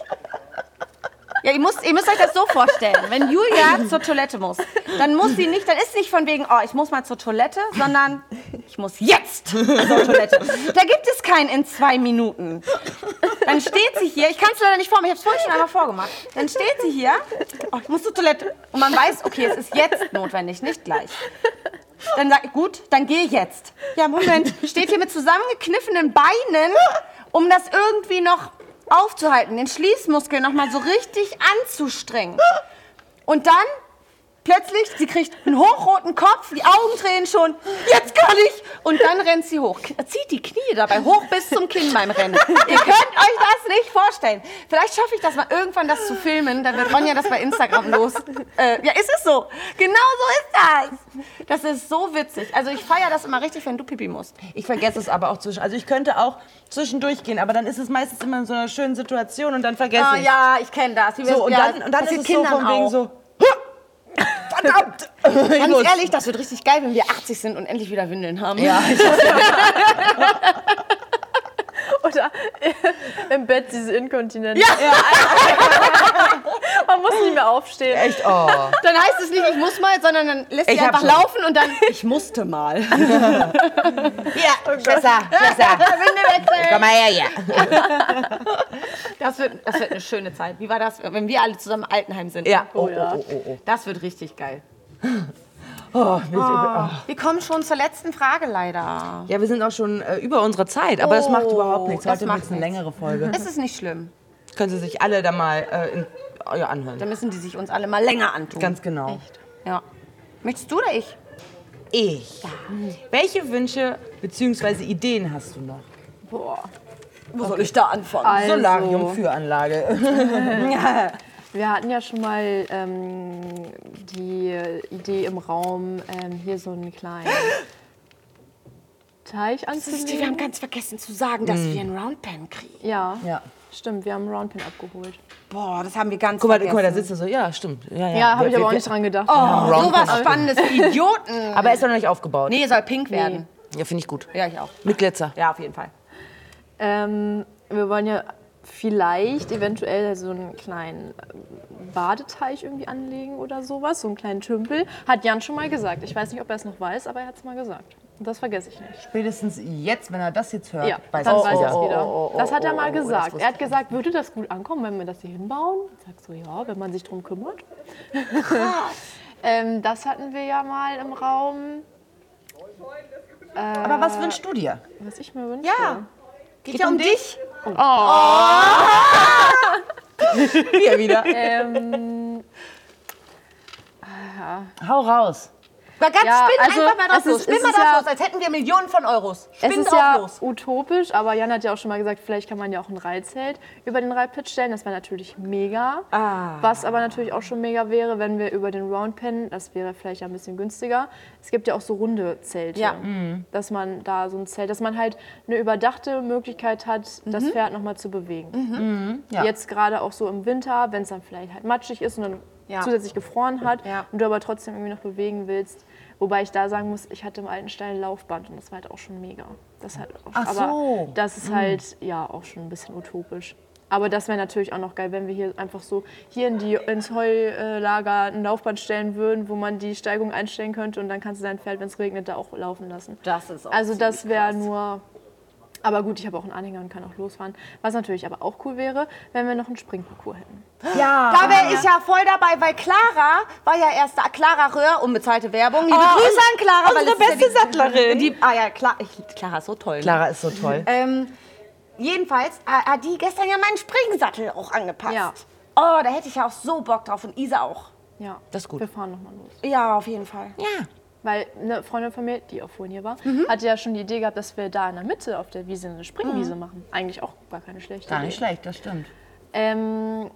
Speaker 6: Ja, ihr müsst, ihr müsst euch das so vorstellen. Wenn Julia zur Toilette muss, dann muss sie nicht, dann ist sie nicht von wegen, oh, ich muss mal zur Toilette, sondern ich muss jetzt zur Toilette. Da gibt es kein in zwei Minuten. Dann steht sie hier, ich kann es leider nicht vor mir, ich habe es vorhin schon einmal vorgemacht. Dann steht sie hier, oh, ich muss zur Toilette. Und man weiß, okay, es ist jetzt notwendig, nicht gleich. Dann sag ich, gut, dann geh jetzt. Ja, Moment. Steht hier mit zusammengekniffenen Beinen, um das irgendwie noch aufzuhalten, den Schließmuskel nochmal so richtig anzustrengen. Und dann plötzlich, sie kriegt einen hochroten Kopf, die Augen drehen schon, jetzt kann ich. Und dann rennt sie hoch, K- zieht die Knie dabei hoch bis zum Kinn beim Rennen. Ihr könnt euch das nicht vorstellen. Vielleicht schaffe ich das mal irgendwann, das zu filmen, dann wird Ronja das bei Instagram los. Äh, ja, ist es so. Genau so ist das. Das ist so witzig. Also ich feiere das immer richtig, wenn du Pipi musst.
Speaker 5: Ich vergesse es aber auch zwischen. Also ich könnte auch zwischendurch gehen, aber dann ist es meistens immer in so einer schönen Situation und dann vergesse
Speaker 6: Ah
Speaker 5: ich.
Speaker 6: ja, ich kenne das. Wie wir-
Speaker 5: So, und
Speaker 6: ja,
Speaker 5: dann, und dann ist
Speaker 6: passiert
Speaker 5: es so von
Speaker 6: Kindern
Speaker 5: wegen
Speaker 6: auch.
Speaker 5: so. "Huh! Verdammt!
Speaker 6: Ganz
Speaker 5: Los.
Speaker 6: ehrlich, das wird richtig geil, wenn wir 80 sind und endlich wieder Windeln haben.
Speaker 4: Oder im Bett diese Inkontinenz. Man muss nicht mehr aufstehen.
Speaker 5: Echt, oh.
Speaker 6: Dann heißt es nicht, ich muss mal, sondern dann lässt sie
Speaker 5: Ich hab
Speaker 6: einfach
Speaker 5: schon.
Speaker 6: laufen und dann, ich musste mal.
Speaker 4: Oh
Speaker 5: Ja, Schwester, Schwester,
Speaker 6: Windel
Speaker 5: komm mal her hier.
Speaker 6: das, wird, das wird eine schöne Zeit. Wie war das, wenn wir alle zusammen im Altenheim sind?
Speaker 5: Ja, oh, oh, oh, oh.
Speaker 6: Das wird richtig geil.
Speaker 5: oh. oh, wir-
Speaker 6: Wir kommen schon zur letzten Frage leider.
Speaker 5: Ja, wir sind auch schon äh, über unserer Zeit, aber das macht überhaupt nichts.
Speaker 6: Oh, das
Speaker 5: Heute
Speaker 6: macht
Speaker 5: wird es eine
Speaker 6: nichts.
Speaker 5: längere Folge.
Speaker 6: Es ist nicht schlimm.
Speaker 5: Können Sie sich alle da mal äh, in, ja, anhören.
Speaker 6: Dann müssen die sich uns alle mal länger antun.
Speaker 5: Ganz genau.
Speaker 6: ja. Möchtest du oder ich?
Speaker 5: Ich. Welche Wünsche bzw. Ideen hast du noch?
Speaker 6: Wo soll ich da anfangen?
Speaker 4: Also,
Speaker 5: Solarium-Führanlage.
Speaker 4: wir hatten ja schon mal ähm, die Idee im Raum, ähm, hier so einen kleinen Teich
Speaker 6: Wir haben
Speaker 4: anzulegen.
Speaker 6: ganz vergessen zu sagen, dass
Speaker 5: Hm.
Speaker 6: wir einen Roundpen kriegen.
Speaker 4: Ja,
Speaker 5: Ja.
Speaker 4: stimmt, wir haben einen Roundpin abgeholt.
Speaker 6: Boah, das haben wir ganz
Speaker 5: Guck mal, guck
Speaker 6: vergessen.
Speaker 5: mal, da sitzt er so. Ja, stimmt. Ja, ja.
Speaker 4: Ja, habe
Speaker 5: Wir-
Speaker 4: ich aber
Speaker 5: wir-
Speaker 4: auch
Speaker 5: wir-
Speaker 4: nicht dran gedacht.
Speaker 6: Oh, sowas Spannendes, Idioten.
Speaker 5: Aber er ist doch noch nicht aufgebaut.
Speaker 6: Nee, soll pink werden.
Speaker 5: Ja, finde ich gut.
Speaker 6: Ja, ich auch.
Speaker 5: Mit Glitzer.
Speaker 6: Ja, auf jeden Fall.
Speaker 4: Ähm, wir wollen ja vielleicht eventuell so einen kleinen ähm, Badeteich irgendwie anlegen oder sowas, so einen kleinen Tümpel. Hat Jan schon mal gesagt. Ich weiß nicht, ob er es noch weiß, aber er hat es mal gesagt. Und das vergesse ich nicht.
Speaker 5: Spätestens jetzt, wenn er das jetzt hört,
Speaker 4: Ja, Oh,
Speaker 5: weiß
Speaker 4: dann
Speaker 5: er es
Speaker 4: weiß ich
Speaker 5: wieder. Oh.
Speaker 4: es wieder. das hat er mal gesagt. Er hat gesagt, würde das gut ankommen, wenn wir das hier hinbauen? Ich sag so, ja, wenn man sich drum kümmert. ähm, das hatten wir ja mal im Raum,
Speaker 5: Aber was wünschst du dir?
Speaker 4: was ich mir wünsche.
Speaker 6: Ja. Geht, ja um dich.
Speaker 5: Hier wieder.
Speaker 4: Ähm,
Speaker 5: Hau raus.
Speaker 6: Mal ganz
Speaker 4: Ja,
Speaker 6: spinn
Speaker 4: also,
Speaker 6: einfach mal drauf
Speaker 4: es ist-
Speaker 6: los. Spinn
Speaker 4: es
Speaker 6: mal
Speaker 4: ist
Speaker 6: drauf
Speaker 4: ja-
Speaker 6: los, als hätten wir Millionen von Euros. Spinn
Speaker 4: Es ist
Speaker 6: drauf
Speaker 4: ja
Speaker 6: los.
Speaker 4: utopisch, aber Jan hat ja auch schon mal gesagt, vielleicht kann man ja auch ein Reizheld über den Reitpit stellen. Das wäre natürlich mega.
Speaker 6: Ah.
Speaker 4: Was aber natürlich auch schon mega wäre, wenn wir über den Roundpin, das wäre vielleicht ein bisschen günstiger. Es gibt ja auch so runde Zelte.
Speaker 6: Ja.
Speaker 4: Dass man da so ein Zelt, dass man halt eine überdachte Möglichkeit hat,
Speaker 6: Mhm.
Speaker 4: das Pferd nochmal zu bewegen.
Speaker 5: Ja.
Speaker 4: Jetzt gerade auch so im Winter, wenn es dann vielleicht halt matschig ist und dann
Speaker 6: Ja.
Speaker 4: zusätzlich gefroren hat
Speaker 6: Ja.
Speaker 4: und du aber trotzdem irgendwie noch bewegen willst. Wobei ich da sagen muss, ich hatte im alten Stein ein Laufband und das war halt auch schon mega. Das hat auch,
Speaker 5: Ach so.
Speaker 4: Aber das
Speaker 6: Mhm.
Speaker 4: ist halt ja auch schon ein bisschen utopisch. Aber das wäre natürlich auch noch geil, wenn wir hier einfach so hier in die, ins Heulager ein Laufband stellen würden, wo man die Steigung einstellen könnte und dann kannst du dein Pferd, wenn es regnet, da auch laufen lassen.
Speaker 6: Das ist auch
Speaker 4: Also das
Speaker 6: ziemlich
Speaker 4: wäre
Speaker 6: krass.
Speaker 4: nur. Aber gut, ich habe auch einen Anhänger und kann auch losfahren. Was natürlich aber auch cool wäre, wenn wir noch einen Springparcours hätten.
Speaker 6: Da wäre ich ja voll dabei, weil Clara war ja erst da. Clara Röhr, unbezahlte Werbung. Liebe
Speaker 5: Ah,
Speaker 6: Grüße an Clara. weil
Speaker 5: unsere
Speaker 6: das ist
Speaker 5: beste Sattlerin.
Speaker 6: Die, ah ja, Clara, ich, Clara ist so toll. ne?
Speaker 5: Clara ist so toll.
Speaker 6: Ähm, jedenfalls äh, hat die gestern ja meinen Springsattel auch angepasst.
Speaker 4: Ja.
Speaker 6: Oh, da hätte ich ja auch so Bock drauf und Isa auch.
Speaker 4: Ja.
Speaker 5: Das ist gut.
Speaker 4: Wir fahren nochmal los.
Speaker 6: Ja, auf jeden Fall.
Speaker 5: Ja.
Speaker 4: Weil eine Freundin von mir, die auch vorhin hier war,
Speaker 5: Mhm.
Speaker 4: hatte ja schon die Idee gehabt, dass wir da in der Mitte auf der Wiese eine Springwiese machen. Eigentlich auch gar keine schlechte
Speaker 5: Mhm. Gar
Speaker 4: Idee.
Speaker 5: nicht schlecht, das stimmt.
Speaker 4: Ähm,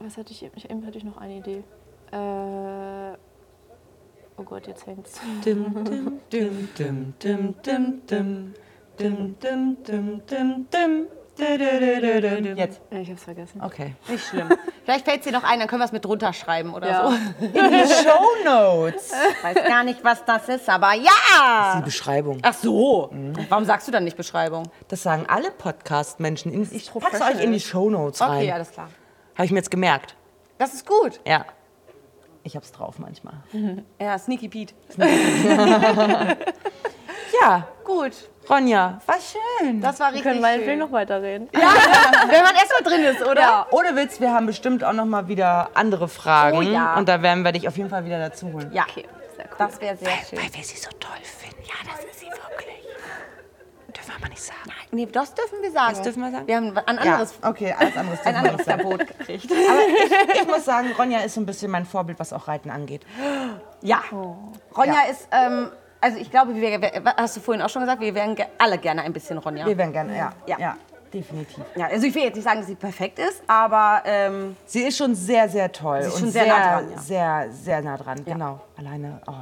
Speaker 4: was hatte ich eben? Ich- Eben hatte ich noch eine Idee. Äh, oh Gott, jetzt hängt's.
Speaker 5: Jetzt.
Speaker 4: Äh, Ich hab's vergessen.
Speaker 5: Okay.
Speaker 6: Nicht schlimm. Vielleicht fällt dir noch ein, dann können wir es mit drunter schreiben oder
Speaker 4: Ja.
Speaker 6: so.
Speaker 5: Show Notes.
Speaker 6: Ich weiß gar nicht, was das ist, aber ja! Mhm.
Speaker 5: Die Beschreibung.
Speaker 6: Ach so. Warum sagst du dann nicht Beschreibung?
Speaker 5: Das sagen alle Podcast-Menschen. In- Ich pack's
Speaker 4: professional.
Speaker 5: euch in die Show Notes rein.
Speaker 6: Okay, alles klar.
Speaker 5: Habe ich mir jetzt gemerkt.
Speaker 6: Das ist gut.
Speaker 5: Ja. Ich hab's drauf manchmal.
Speaker 6: Ja, Sneaky Pete.
Speaker 5: Ja,
Speaker 6: Gut.
Speaker 5: Ronja, war schön.
Speaker 6: Das
Speaker 4: Wir
Speaker 6: war richtig
Speaker 4: können
Speaker 6: schön.
Speaker 4: meinetwegen noch weiterreden.
Speaker 6: Wenn man erstmal drin ist, oder?
Speaker 5: Ja, ohne Witz, wir haben bestimmt auch noch mal wieder andere Fragen.
Speaker 6: Oh ja.
Speaker 5: Und da werden wir dich auf jeden Fall wieder dazu holen.
Speaker 6: Ja. Das wäre sehr schön.
Speaker 5: Weil wir sie so toll finden. Ja, das ist sie wirklich. Dürfen wir aber nicht sagen. Nein.
Speaker 6: Nee, das dürfen wir sagen. Das
Speaker 1: dürfen wir sagen?
Speaker 6: Wir haben ein anderes,
Speaker 5: ja, okay, alles anderes.
Speaker 6: ein anderes Verbot gekriegt.
Speaker 5: Aber ich, ich muss sagen, Ronja ist so ein bisschen mein Vorbild, was auch Reiten angeht.
Speaker 6: Ja. Oh. Ronja ist, ähm, also ich glaube, wir, wir, hast du vorhin auch schon gesagt, wir wären ge alle gerne ein bisschen Ronja.
Speaker 5: Wir wären gerne, ja,
Speaker 6: Ja.
Speaker 5: ja. definitiv.
Speaker 6: Ja, also ich will jetzt nicht sagen, dass sie perfekt ist, aber ähm,
Speaker 5: Sie ist schon sehr, sehr toll.
Speaker 6: ist
Speaker 5: und
Speaker 6: schon sehr nah dran, ja.
Speaker 5: Sehr, sehr nah dran, genau. Alleine, oh,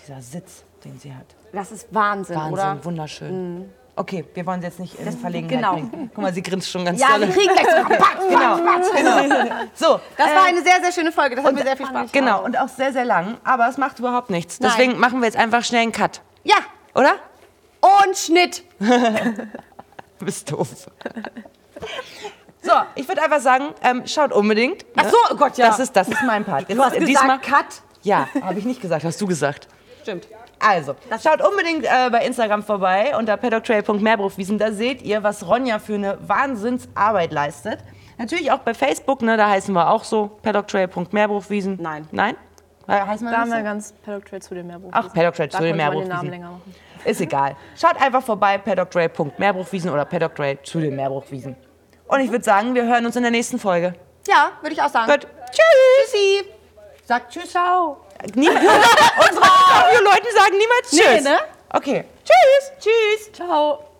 Speaker 5: dieser Sitz, den sie hat.
Speaker 6: das ist Wahnsinn,
Speaker 5: Wahnsinn,
Speaker 6: oder?
Speaker 5: wunderschön. Okay, wir wollen sie jetzt nicht in Verlegenheit
Speaker 6: genau.
Speaker 5: bringen. Guck mal, sie grinst schon ganz
Speaker 6: Ja,
Speaker 5: dolle.
Speaker 6: wir kriegen gleich so Patsch, genau. Äh, Patsch,
Speaker 5: So,
Speaker 6: Das war eine sehr, sehr schöne Folge. Das hat mir sehr viel Spaß gemacht.
Speaker 5: genau, und auch sehr, sehr lang, aber es macht überhaupt nichts.
Speaker 6: Nein.
Speaker 5: Deswegen machen wir jetzt einfach schnell einen Cut,
Speaker 6: Ja,
Speaker 5: oder?
Speaker 6: und Schnitt.
Speaker 5: Du bist doof. So, ich würde einfach sagen, ähm, schaut unbedingt.
Speaker 6: Ach so, oh Gott, ja.
Speaker 5: Das ist, das ist mein Part. Jetzt,
Speaker 6: Du hast gesagt,
Speaker 5: diesmal,
Speaker 6: Cut.
Speaker 5: Ja, habe ich nicht gesagt, hast du gesagt.
Speaker 6: Stimmt.
Speaker 5: Also, schaut unbedingt äh, bei Instagram vorbei unter paddocktrail.meerbrufwiesen. Da seht ihr, was Ronja für eine Wahnsinnsarbeit leistet. Natürlich auch bei Facebook, ne, da heißen wir auch so, paddocktrail.meerbrufwiesen.
Speaker 6: Nein.
Speaker 5: Nein? Äh, Heißen wir
Speaker 4: Da
Speaker 5: nicht
Speaker 4: haben
Speaker 5: so?
Speaker 4: wir ganz Paddock Trail zu dem Meerbruch.
Speaker 5: Ach, Paddock Trail zu
Speaker 4: Darf
Speaker 5: den
Speaker 4: man so den Namen
Speaker 5: Meerbruchwiesen.
Speaker 4: länger machen.
Speaker 5: Ist egal. Schaut einfach vorbei, paddocktrail.meerbruchwiesen oder paddocktrail zu den Meerbruchwiesen. Und ich würde sagen, wir hören uns in der nächsten Folge.
Speaker 6: Ja, würde ich auch sagen.
Speaker 5: Gut. Tschüss.
Speaker 6: Tschüssi. Sag Tschüss. Ciao.
Speaker 5: Niemand, unsere Interviewleuten sagen niemals Tschüss.
Speaker 6: ne?
Speaker 5: Okay. Tschüss.
Speaker 6: Tschüss.
Speaker 4: Ciao.